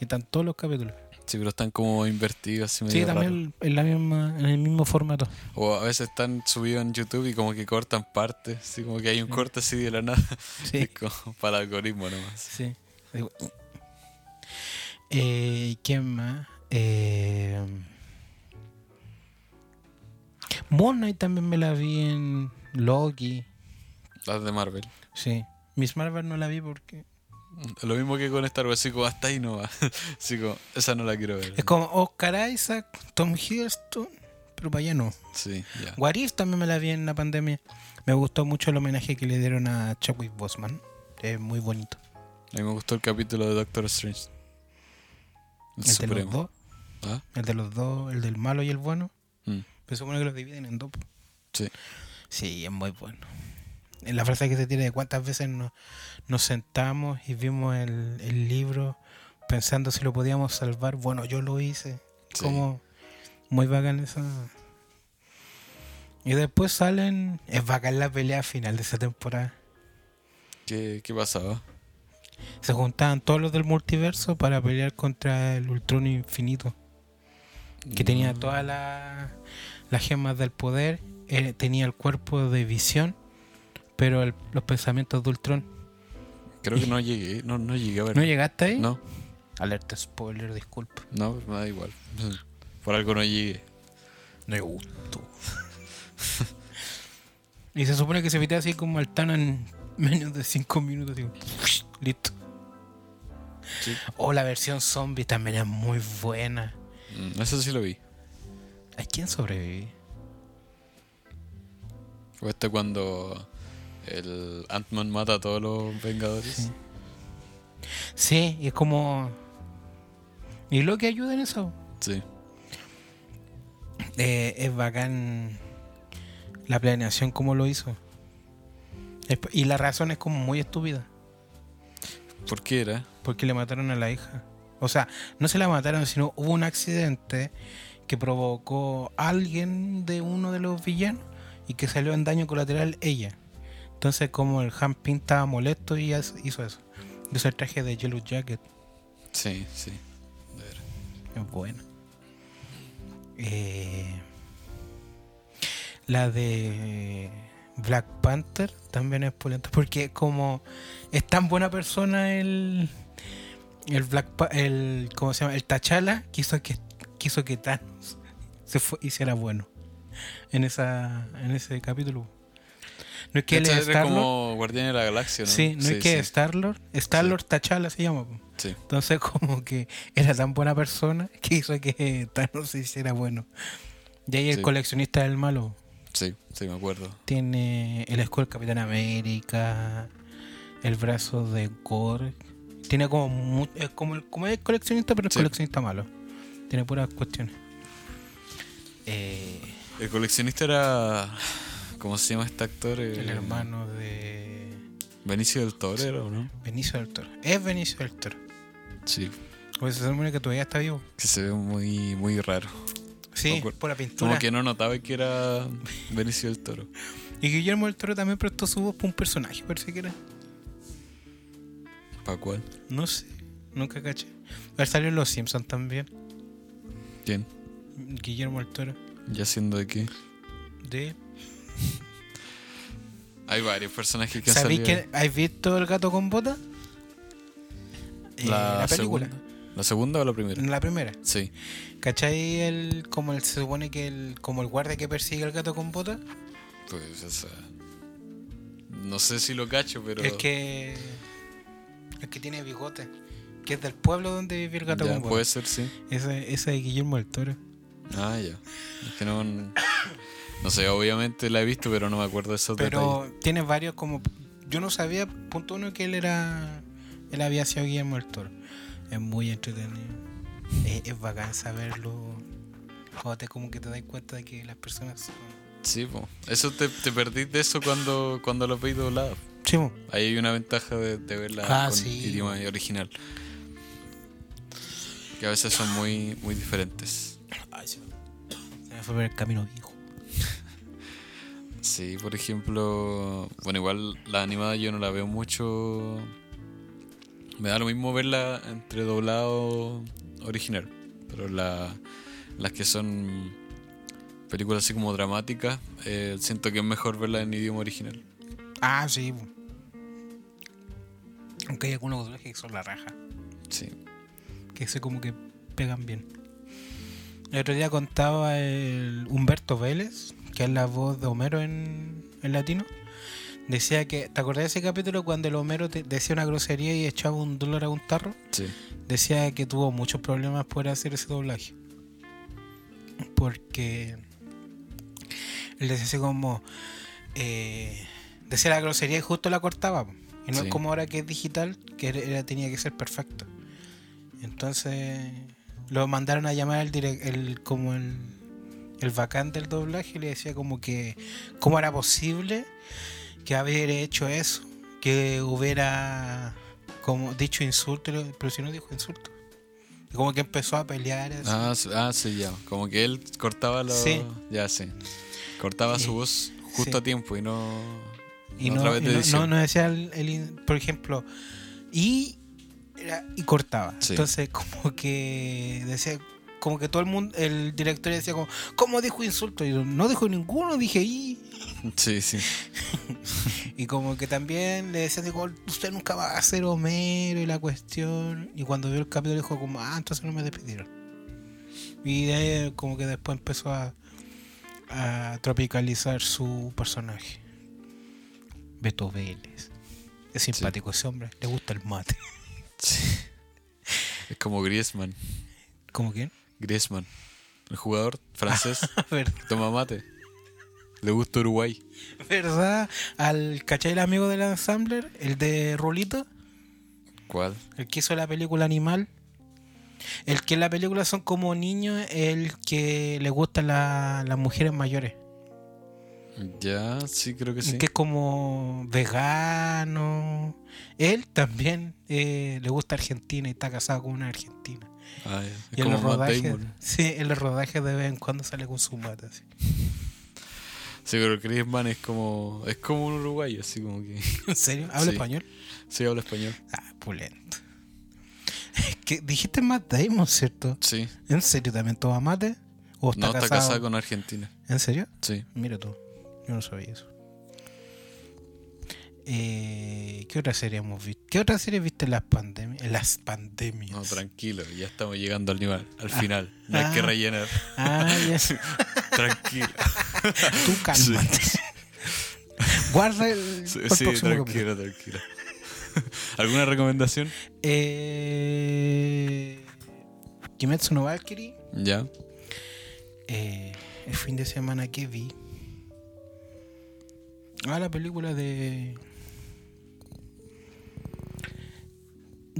Speaker 3: Y están todos los capítulos.
Speaker 2: Sí, pero están como invertidos así medio
Speaker 3: sí,
Speaker 2: raro.
Speaker 3: también en, la misma, en el mismo formato.
Speaker 2: O a veces están subidos en YouTube y como que cortan partes. Así como que hay un corte así de la nada.
Speaker 3: Sí.
Speaker 2: Es *laughs* como para el algoritmo nomás.
Speaker 3: Sí. Digo, eh, ¿Quién más? Eh, Moon Knight también me la vi en Loki.
Speaker 2: Las de Marvel.
Speaker 3: Sí. Miss Marvel no la vi porque.
Speaker 2: Lo mismo que con Star Wars. Así como hasta ahí no va. *laughs* Así como, esa no la quiero ver.
Speaker 3: Es como Oscar Isaac, Tom Hiddleston, pero para allá no.
Speaker 2: Sí, ya.
Speaker 3: What If también me la vi en la pandemia. Me gustó mucho el homenaje que le dieron a Chadwick Boseman. Es muy bonito.
Speaker 2: A mí me gustó el capítulo de Doctor Strange. El,
Speaker 3: El de los
Speaker 2: Supremo.
Speaker 3: dos.
Speaker 2: ¿Ah?
Speaker 3: El de los dos, el del malo y el bueno.
Speaker 2: Mm.
Speaker 3: Se supone que los dividen en dos. po.
Speaker 2: Sí.
Speaker 3: Sí, es muy bueno. En la frase que se tiene de cuántas veces nos, nos sentamos y vimos el, el libro pensando si lo podíamos salvar. Bueno, yo lo hice.
Speaker 2: Sí.
Speaker 3: Como muy bacán esa. Y después salen. Es bacán la pelea final de esa temporada.
Speaker 2: ¿Qué, ¿Qué pasaba?
Speaker 3: Se juntaban todos los del multiverso para pelear contra el Ultron Infinito. que tenía
Speaker 2: No.
Speaker 3: todas la- las gemas del poder, eh, tenía el cuerpo de visión, pero el- los pensamientos de Ultron.
Speaker 2: Creo que no llegué, no, no llegué a ver.
Speaker 3: ¿No llegaste ahí?
Speaker 2: No,
Speaker 3: Alerta spoiler, disculpa.
Speaker 2: no, me da igual. *laughs* Por algo no llegué.
Speaker 3: No me gustó. *laughs* y se supone que se pitea así como al Thanos en menos de 5 minutos. así, listo.
Speaker 2: Sí.
Speaker 3: O la versión zombie también es muy buena.
Speaker 2: Mm, Eso sí lo vi.
Speaker 3: ¿A quién sobreviví?
Speaker 2: Fue esto cuando el Ant-Man mata a todos los Vengadores.
Speaker 3: Sí. Sí, y es como... ¿Y lo que ayuda en eso?
Speaker 2: Sí.
Speaker 3: Eh, es bacán la planeación como lo hizo. Es- Y la razón es como muy estúpida.
Speaker 2: ¿Por qué era?
Speaker 3: Porque le mataron a la hija. O sea, no se la mataron, sino hubo un accidente que provocó alguien de uno de los villanos y que salió en daño colateral ella. Entonces como el Han Pin estaba molesto y as- hizo eso. Hizo el traje de Yellow Jacket.
Speaker 2: Sí, sí. De ver.
Speaker 3: Es buena. Eh, la de Black Panther también es polenta. Porque como es tan buena persona el. El Black Pa- el ¿Cómo se llama? El Tachala quiso que quiso que Thanos se fue, hiciera bueno. En esa. En ese capítulo. No es que él
Speaker 2: Esto
Speaker 3: es
Speaker 2: Este era
Speaker 3: Star Lord.
Speaker 2: como Guardián de la Galaxia, ¿no?
Speaker 3: Sí, no es que
Speaker 2: sí,
Speaker 3: Star Lord. Star Lord Tachala se llama. po.
Speaker 2: sí.
Speaker 3: Entonces *laughs* como que era tan buena persona que hizo que *laughs* Thanos se hiciera bueno. Y ahí el
Speaker 2: Sí.
Speaker 3: coleccionista del malo
Speaker 2: sí, sí, me acuerdo.
Speaker 3: tiene el escudo del Capitán América, el brazo de Gore. Tiene como mu- es como el, como el coleccionista, pero el
Speaker 2: Sí.
Speaker 3: coleccionista malo. Tiene puras cuestiones. Eh,
Speaker 2: El coleccionista era. ¿Cómo se llama este actor?
Speaker 3: el
Speaker 2: Eh,
Speaker 3: hermano de
Speaker 2: Benicio del Toro, ¿era o no?
Speaker 3: Benicio del Toro. Es Benicio del Toro.
Speaker 2: Sí.
Speaker 3: Pues se supone que todavía está vivo.
Speaker 2: Que se ve muy, muy raro.
Speaker 3: Sí,
Speaker 2: Concuer-
Speaker 3: por la pintura.
Speaker 2: pues, Como que no notaba que era Benicio del Toro.
Speaker 3: Y Guillermo del Toro también prestó su voz para un personaje, parece que era.
Speaker 2: ¿Para cuál?
Speaker 3: No sé, nunca caché. A ver, salió en Los Simpsons también.
Speaker 2: ¿Quién?
Speaker 3: Guillermo del Toro.
Speaker 2: ¿Ya siendo de qué?
Speaker 3: De...
Speaker 2: Hay varios personajes que han
Speaker 3: ¿Sabéis
Speaker 2: salido.
Speaker 3: que has visto El gato con bota? Eh,
Speaker 2: La,
Speaker 3: la película.
Speaker 2: Segunda, ¿La segunda o la primera?
Speaker 3: La primera.
Speaker 2: Sí,
Speaker 3: ¿Cachai el, como el, se supone que el, como el guardia que persigue al gato con bota?
Speaker 2: pues o sea, No sé si lo cacho, pero.
Speaker 3: El que. El que tiene bigote. Que es del pueblo donde vive el gato
Speaker 2: ya, pues.
Speaker 3: con bota.
Speaker 2: puede ser, sí.
Speaker 3: Ese, ese de Guillermo del Toro.
Speaker 2: Ah, ya. Es que no. No sé, obviamente la he visto, pero no me acuerdo de esos
Speaker 3: Pero
Speaker 2: detalles.
Speaker 3: tiene varios como... Yo no sabía, punto uno, que él era... Él había sido Guillermo del Toro. Es muy entretenido. Es, es bacán saberlo. Cuando te como que te das cuenta de que las personas son.
Speaker 2: Sí, po. Eso te, te perdís de eso cuando, cuando lo veis doblado.
Speaker 3: Sí, po.
Speaker 2: Ahí hay una ventaja de, de verla
Speaker 3: Ah,
Speaker 2: con
Speaker 3: sí.
Speaker 2: idioma original. Que a veces son muy, muy diferentes.
Speaker 3: se me fue por el camino viejo.
Speaker 2: Sí, por ejemplo. Bueno, igual la animada yo no la veo mucho. Me da lo mismo verla entre doblado original. Pero la- las que son películas así como dramáticas, eh, siento que es mejor verla en idioma original.
Speaker 3: Ah, sí, po. Aunque hay algunos doblajes que son la raja.
Speaker 2: Sí.
Speaker 3: que se como que pegan bien. El otro día contaba el Humberto Vélez, que es la voz de Homero en, en latino. Decía que, ¿te acordás de ese capítulo cuando el Homero te- decía una grosería y echaba un dólar a un tarro?
Speaker 2: Sí.
Speaker 3: Decía que tuvo muchos problemas por hacer ese doblaje. Porque él decía así como, eh, decía la grosería y justo la cortaba. po. Y no
Speaker 2: Sí.
Speaker 3: es como ahora que es digital, que era- era- tenía que ser perfecto. Entonces lo mandaron a llamar el, direc- el como el, el bacán del doblaje y le decía como que cómo era posible que haber hecho eso, que hubiera como dicho insulto, pero si no dijo insulto. Y como que empezó a pelear. así.
Speaker 2: Ah, s- ah, sí, ya. Como que él cortaba los.
Speaker 3: Sí.
Speaker 2: Ya, sí. Cortaba
Speaker 3: Sí.
Speaker 2: su voz justo
Speaker 3: Sí.
Speaker 2: a tiempo y no. *laughs*
Speaker 3: Y
Speaker 2: no
Speaker 3: no,
Speaker 2: a través
Speaker 3: y
Speaker 2: de
Speaker 3: no-
Speaker 2: edición.
Speaker 3: no- no decía, el, el in- por ejemplo, y, era- y cortaba.
Speaker 2: Sí.
Speaker 3: Entonces, como que decía, como que todo el mundo, el director decía, como, ¿cómo dijo insulto? Y yo, no dijo ninguno, dije, y.
Speaker 2: Sí, sí.
Speaker 3: Y como que también le decían, digo, usted nunca va a ser Homero y la cuestión. Y cuando vio el capítulo dijo, como, ah, entonces no me despidieron. Y de ahí, eh, como que después empezó a, a tropicalizar su personaje. Beto Vélez. Es simpático ese hombre, le gusta el mate. *laughs*
Speaker 2: Sí. Es como Griezmann.
Speaker 3: ¿Cómo quién?
Speaker 2: Griezmann. El jugador francés
Speaker 3: Ver-
Speaker 2: toma mate. Le gusta Uruguay.
Speaker 3: ¿Verdad? Al cachai el amigo del ensambler, el de Rulito.
Speaker 2: ¿Cuál?
Speaker 3: El que hizo la película Animal. El que en la película son como niños, el que le gustan la- las mujeres mayores.
Speaker 2: Ya, sí, creo que
Speaker 3: El
Speaker 2: sí.
Speaker 3: que es como vegano. Él también eh, le gusta Argentina y está casado con una argentina.
Speaker 2: Ah, ya. Es
Speaker 3: y en
Speaker 2: como
Speaker 3: los
Speaker 2: Matt
Speaker 3: rodajes,
Speaker 2: Damon.
Speaker 3: sí, en los rodajes de vez en cuando sale con su mata. así.
Speaker 2: Sí, pero Griezmann es como. Es como un uruguayo, así como que.
Speaker 3: *laughs*
Speaker 2: *laughs*
Speaker 3: ¿En serio? ¿Habla
Speaker 2: Sí.
Speaker 3: español?
Speaker 2: Sí, habla español.
Speaker 3: Ah, pulento. Es que dijiste Matt Damon, ¿cierto?
Speaker 2: Sí.
Speaker 3: ¿En serio también toma mate? ¿O está
Speaker 2: no está
Speaker 3: casado?
Speaker 2: casada con Argentina.
Speaker 3: ¿En serio?
Speaker 2: Sí.
Speaker 3: Mira tú, yo no sabía eso. Eh, ¿Qué otra serie hemos visto? ¿Qué otra serie viste en las pandemias? En las pandemias.
Speaker 2: No, tranquilo, ya estamos llegando al nivel, al final. No hay que
Speaker 3: Ah. *laughs*
Speaker 2: rellenar.
Speaker 3: Ah, ya.
Speaker 2: *laughs* Tranquilo.
Speaker 3: Tú cálmate. Guarda el,
Speaker 2: Sí,
Speaker 3: para el
Speaker 2: sí,
Speaker 3: próximo
Speaker 2: tranquilo,
Speaker 3: capítulo.
Speaker 2: tranquilo. *laughs* ¿Alguna recomendación?
Speaker 3: Eh, Kimetsu no Valkyrie.
Speaker 2: Ya.
Speaker 3: Eh, el fin de semana que vi. Ah, la película de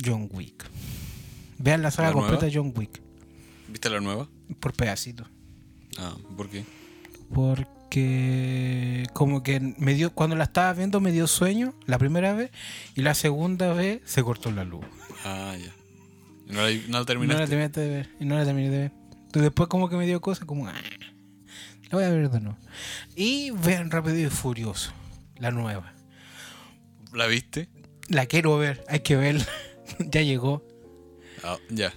Speaker 3: John Wick. Vean la saga
Speaker 2: ¿La
Speaker 3: completa de John Wick.
Speaker 2: ¿Viste la nueva?
Speaker 3: Por pedacitos.
Speaker 2: Ah, ¿por qué?
Speaker 3: Porque como que me dio, cuando la estaba viendo me dio sueño la primera vez y la segunda vez se cortó la luz.
Speaker 2: Ah, ya. ¿No la, no la
Speaker 3: No
Speaker 2: terminaste?
Speaker 3: la terminé de ver. Y no la terminé de ver. Entonces, después como que me dio cosas como... "Ah, la voy a ver de nuevo. Y vean Rápido y Furioso. La nueva.
Speaker 2: ¿La viste?
Speaker 3: La quiero ver. Hay que verla. *laughs* ya llegó.
Speaker 2: Ah, ya.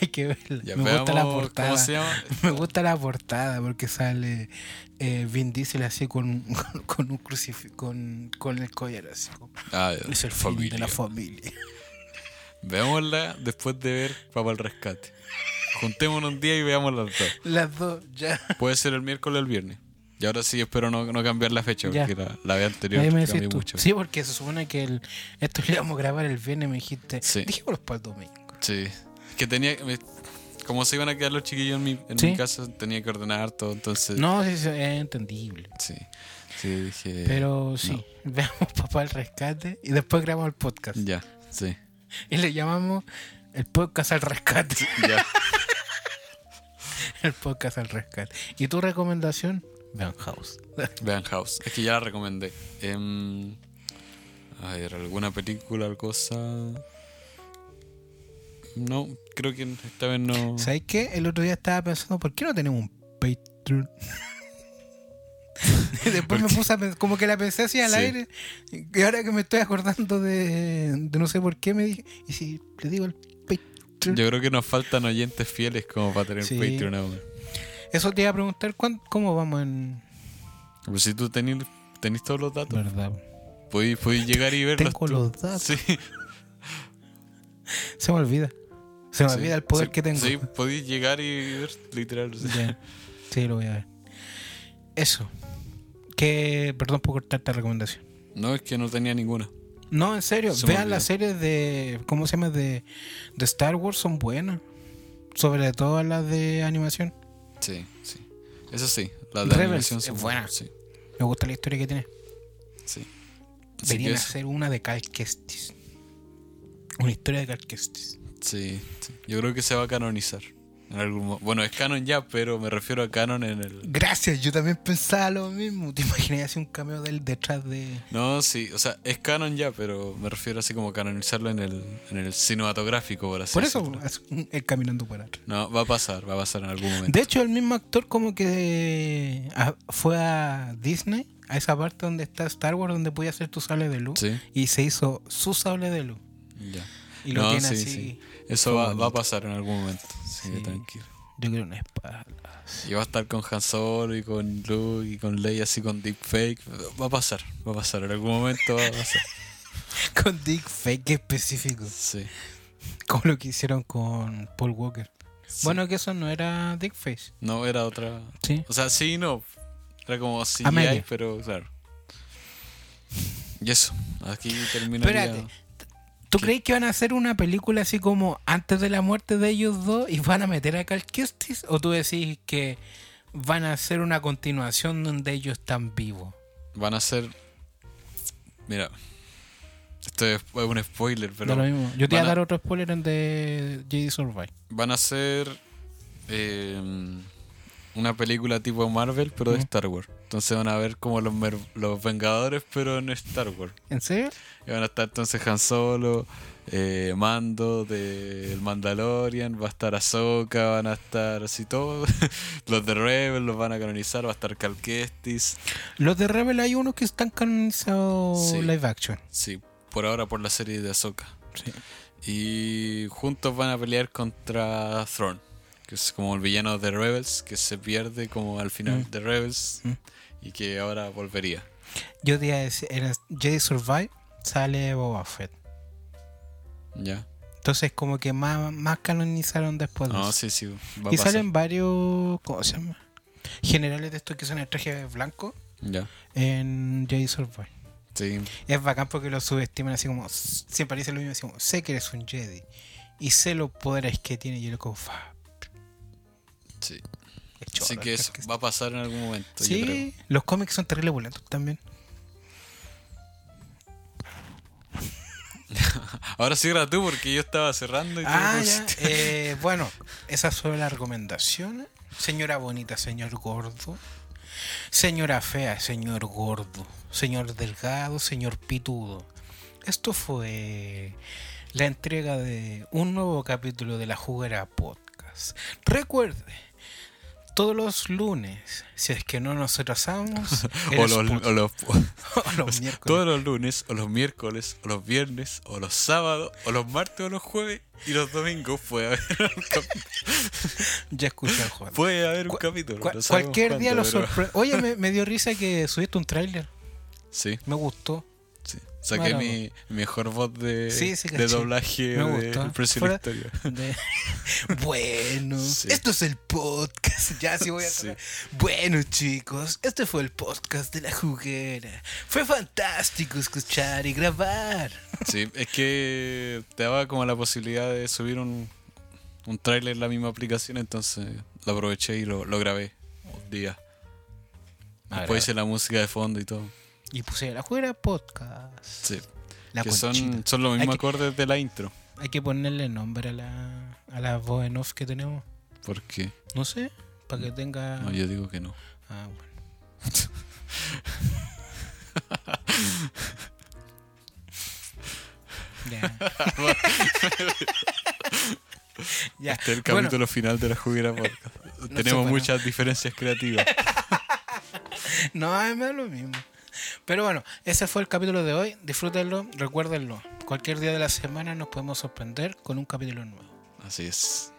Speaker 3: Hay que verla.
Speaker 2: ya
Speaker 3: me gusta la
Speaker 2: veamos
Speaker 3: portada.
Speaker 2: ¿Cómo se llama?
Speaker 3: Me gusta la portada porque sale eh, Vin Diesel así con, un- *laughs* con un crucifijo, con, con el collar así. como,
Speaker 2: Ah, ya.
Speaker 3: Es el fin
Speaker 2: familia.
Speaker 3: de la familia. *laughs*
Speaker 2: Veámosla después de ver Papá al Rescate. Juntémonos un día y veamos las dos.
Speaker 3: Las dos, ya.
Speaker 2: Puede ser el miércoles o el viernes. Y ahora sí espero no, no cambiar la fecha,
Speaker 3: Ya.
Speaker 2: porque la, la vez anterior
Speaker 3: Ahí me
Speaker 2: cambié
Speaker 3: decís tú.
Speaker 2: mucho.
Speaker 3: Sí, porque se supone que el, esto lo íbamos a grabar el viernes, me dijiste.
Speaker 2: Sí.
Speaker 3: Dijimos para el domingo.
Speaker 2: Sí. Es que tenía. me- como se iban a quedar los chiquillos en mi, en
Speaker 3: Sí.
Speaker 2: mi casa, tenía que ordenar todo, entonces.
Speaker 3: No, sí, sí, es entendible.
Speaker 2: Sí. Sí, dije.
Speaker 3: *laughs* Pero sí, veamos papá el rescate y después grabamos el podcast.
Speaker 2: Ya, sí.
Speaker 3: y le llamamos el podcast al rescate. *laughs*
Speaker 2: Ya. *laughs*
Speaker 3: El podcast al rescate. ¿Y tu recomendación? Van House. *laughs*
Speaker 2: Vean House. Es que ya la recomendé. Em, a ver, ¿alguna película o cosa? No, creo que esta vez no.
Speaker 3: ¿Sabes qué? El otro día estaba pensando, ¿por qué no tenemos un Patreon? *laughs* Y Después me puse a pens- como que la pensé así al
Speaker 2: Sí.
Speaker 3: aire. Y ahora que me estoy acordando de, de no sé por qué, me dije, ¿y si le digo el Patreon?
Speaker 2: Yo creo que nos faltan oyentes fieles como para tener
Speaker 3: Sí.
Speaker 2: Patreon aún.
Speaker 3: Eso te iba a preguntar, ¿cuán- ¿cómo vamos en.
Speaker 2: Pero Pues si tú tenés, tenés todos los datos,
Speaker 3: Verdad.
Speaker 2: podés, podés llegar y verlos.
Speaker 3: Tengo
Speaker 2: tú.
Speaker 3: los datos.
Speaker 2: Sí,
Speaker 3: Se me olvida. Se me
Speaker 2: sí.
Speaker 3: olvida el poder
Speaker 2: Sí,
Speaker 3: que tengo.
Speaker 2: Sí, podés llegar y ver, literal. sí.
Speaker 3: *laughs* Ya. Sí, lo voy a ver. Eso. Que, perdón por cortarte la recomendación.
Speaker 2: No, es que no tenía ninguna.
Speaker 3: No, en serio,
Speaker 2: Se me
Speaker 3: vean
Speaker 2: olvidó.
Speaker 3: las series de. ¿Cómo se llama? De, de Star Wars, son buenas. Sobre todo las de animación.
Speaker 2: Sí, sí. Eso sí, la de
Speaker 3: Rebels
Speaker 2: animación
Speaker 3: es
Speaker 2: son
Speaker 3: buena.
Speaker 2: buenas, Sí,
Speaker 3: Me gusta la historia que tiene.
Speaker 2: sí. Así que
Speaker 3: Deberían
Speaker 2: eso.
Speaker 3: hacer una de Cal Kestis. Una historia de Cal Kestis.
Speaker 2: Sí, sí. yo creo que se va a canonizar. En algún mo- bueno, es canon ya, pero me refiero a canon en el...
Speaker 3: Gracias, yo también pensaba lo mismo. ¿Te imaginas así un cameo de él detrás de.
Speaker 2: No, sí, o sea, es canon ya, pero me refiero así como canonizarlo en el, en el cinematográfico, por así
Speaker 3: Por eso,
Speaker 2: decirlo.
Speaker 3: haz un- el caminando para atrás.
Speaker 2: No, va a pasar, va a pasar en algún momento.
Speaker 3: De hecho, el mismo actor como que a- fue a Disney, a esa parte donde está Star Wars, donde podía hacer tu sable de luz.
Speaker 2: Sí,
Speaker 3: Y se hizo su sable de luz.
Speaker 2: ya.
Speaker 3: Y lo
Speaker 2: No,
Speaker 3: tiene
Speaker 2: sí,
Speaker 3: así.
Speaker 2: sí. Eso
Speaker 3: Qué
Speaker 2: va, va a
Speaker 3: bonito.
Speaker 2: pasar en algún momento. Sí,
Speaker 3: Sí.
Speaker 2: tranquilo.
Speaker 3: Yo quiero una espada. *laughs*
Speaker 2: Y va a estar con Han Solo y con Luke y con Leia así con Deepfake. Va a pasar, va a pasar. En algún momento va a
Speaker 3: *laughs*
Speaker 2: pasar.
Speaker 3: Con Dick Fake específico.
Speaker 2: Sí.
Speaker 3: Como lo que hicieron con Paul Walker.
Speaker 2: sí.
Speaker 3: Bueno, que eso no era Dick Face.
Speaker 2: No, era otra.
Speaker 3: Sí.
Speaker 2: O sea, sí y no. Era como CGI,
Speaker 3: media.
Speaker 2: pero claro. Y eso. Aquí terminaría.
Speaker 3: Espérate. ¿Tú
Speaker 2: ¿Qué?
Speaker 3: crees que van a hacer una película así como antes de la muerte de ellos dos y van a meter a Cal Kestis? ¿O tú decís que van a hacer una continuación donde ellos están vivos?
Speaker 2: Van a ser. Mira. Esto es es un spoiler, pero.
Speaker 3: Da lo mismo. Yo
Speaker 2: van
Speaker 3: te voy a
Speaker 2: a-
Speaker 3: dar otro spoiler en de JD Survive.
Speaker 2: Van a ser. eh, una película tipo Marvel, pero de
Speaker 3: Ujú.
Speaker 2: Star Wars. Entonces van a ver como los, mer- los Vengadores, pero en Star Wars.
Speaker 3: ¿En serio?
Speaker 2: Y van a estar entonces Han Solo, eh, Mando del Mandalorian, va a estar Ahsoka, van a estar así todos. *laughs* los de Rebel los van a canonizar, va a estar Cal Kestis.
Speaker 3: Los de Rebel hay unos que están canonizados
Speaker 2: Sí.
Speaker 3: live action.
Speaker 2: Sí, por ahora por la serie de Ahsoka.
Speaker 3: Sí.
Speaker 2: Y juntos van a pelear contra Thrawn, que es como el villano de Rebels, que se pierde como al final
Speaker 3: Mm.
Speaker 2: de Rebels
Speaker 3: Mm.
Speaker 2: y que ahora volvería.
Speaker 3: Yo te iba a decir, en JD Survive sale Boba Fett.
Speaker 2: ¿Ya?
Speaker 3: Entonces como que más, más canonizaron después de
Speaker 2: No,
Speaker 3: eso.
Speaker 2: sí, sí. Va a
Speaker 3: y
Speaker 2: pasar.
Speaker 3: salen varios, ¿cómo se llama? Generales de estos que son el traje blanco
Speaker 2: Ya.
Speaker 3: en JD Survive.
Speaker 2: Sí,
Speaker 3: Es bacán porque lo subestiman así como, siempre dicen lo mismo, así como, sé que eres un Jedi y sé los poderes que tiene y yo lo como, "Fa,
Speaker 2: sí.
Speaker 3: qué
Speaker 2: Así
Speaker 3: choro,
Speaker 2: que eso
Speaker 3: qué-
Speaker 2: va a pasar en algún momento. yo creo.
Speaker 3: Sí, los cómics son terribles violentos también.
Speaker 2: Ahora cierra tú porque yo estaba cerrando y tú
Speaker 3: Ah, ya.
Speaker 2: pusiste-
Speaker 3: Eh, bueno, esas fueron las recomendaciones. Señora bonita, señor gordo. Señora fea, señor gordo. Señor delgado, señor pitudo. Esto fue la entrega de un nuevo capítulo de la Juguera Podcast. Recuerde, todos los lunes, si es que no nos
Speaker 2: *laughs*
Speaker 3: atrasamos, el
Speaker 2: O los,
Speaker 3: spot-
Speaker 2: o los-
Speaker 3: *laughs* o los miércoles.
Speaker 2: Pues, todos los lunes, o los miércoles, o los viernes, o los sábados, o los martes, o los jueves, y los domingos puede haber *laughs* un, cap-
Speaker 3: ya escuché el juego.
Speaker 2: puede haber un
Speaker 3: Cua-
Speaker 2: capítulo.
Speaker 3: Cual-
Speaker 2: no sabemos
Speaker 3: cualquier día
Speaker 2: cuándo,
Speaker 3: lo
Speaker 2: pero-
Speaker 3: sorprende. Oye, me, me dio risa que subiste un tráiler.
Speaker 2: Sí,
Speaker 3: Me gustó.
Speaker 2: sí. Saqué
Speaker 3: Bueno.
Speaker 2: mi mejor voz de,
Speaker 3: Sí, sí,
Speaker 2: de
Speaker 3: caché.
Speaker 2: doblaje
Speaker 3: Me
Speaker 2: de
Speaker 3: gustó.
Speaker 2: El Precio y la
Speaker 3: Fuera-
Speaker 2: Historia.
Speaker 3: De- *laughs* bueno,
Speaker 2: Sí.
Speaker 3: esto es el podcast. *laughs* Ya sí voy a
Speaker 2: Sí.
Speaker 3: Bueno, chicos, este fue el podcast de la juguera. Fue fantástico escuchar y grabar.
Speaker 2: *laughs* Sí, es que te daba como la posibilidad de subir un, un trailer en la misma aplicación, entonces lo aproveché y lo, lo grabé un día. Después hice la música de fondo y todo.
Speaker 3: Y puse la juguera podcast.
Speaker 2: Sí.
Speaker 3: La
Speaker 2: que
Speaker 3: conchita.
Speaker 2: son, son los
Speaker 3: Hay
Speaker 2: mismos
Speaker 3: que-
Speaker 2: acordes de la intro.
Speaker 3: Hay que ponerle nombre a la, a la voz en off que tenemos.
Speaker 2: ¿Por qué?
Speaker 3: No sé, para que tenga.
Speaker 2: No, yo digo que no.
Speaker 3: Ah, bueno. Ya. *laughs* ya.
Speaker 2: Este es el
Speaker 3: Bueno,
Speaker 2: capítulo final de la juguera
Speaker 3: *laughs*
Speaker 2: podcast. Tenemos
Speaker 3: para-
Speaker 2: muchas diferencias creativas.
Speaker 3: no, a mí me da lo mismo. Pero bueno, ese fue el capítulo de hoy. Disfrútenlo, recuérdenlo. Cualquier día de la semana nos podemos sorprender con un capítulo nuevo.
Speaker 2: Así es.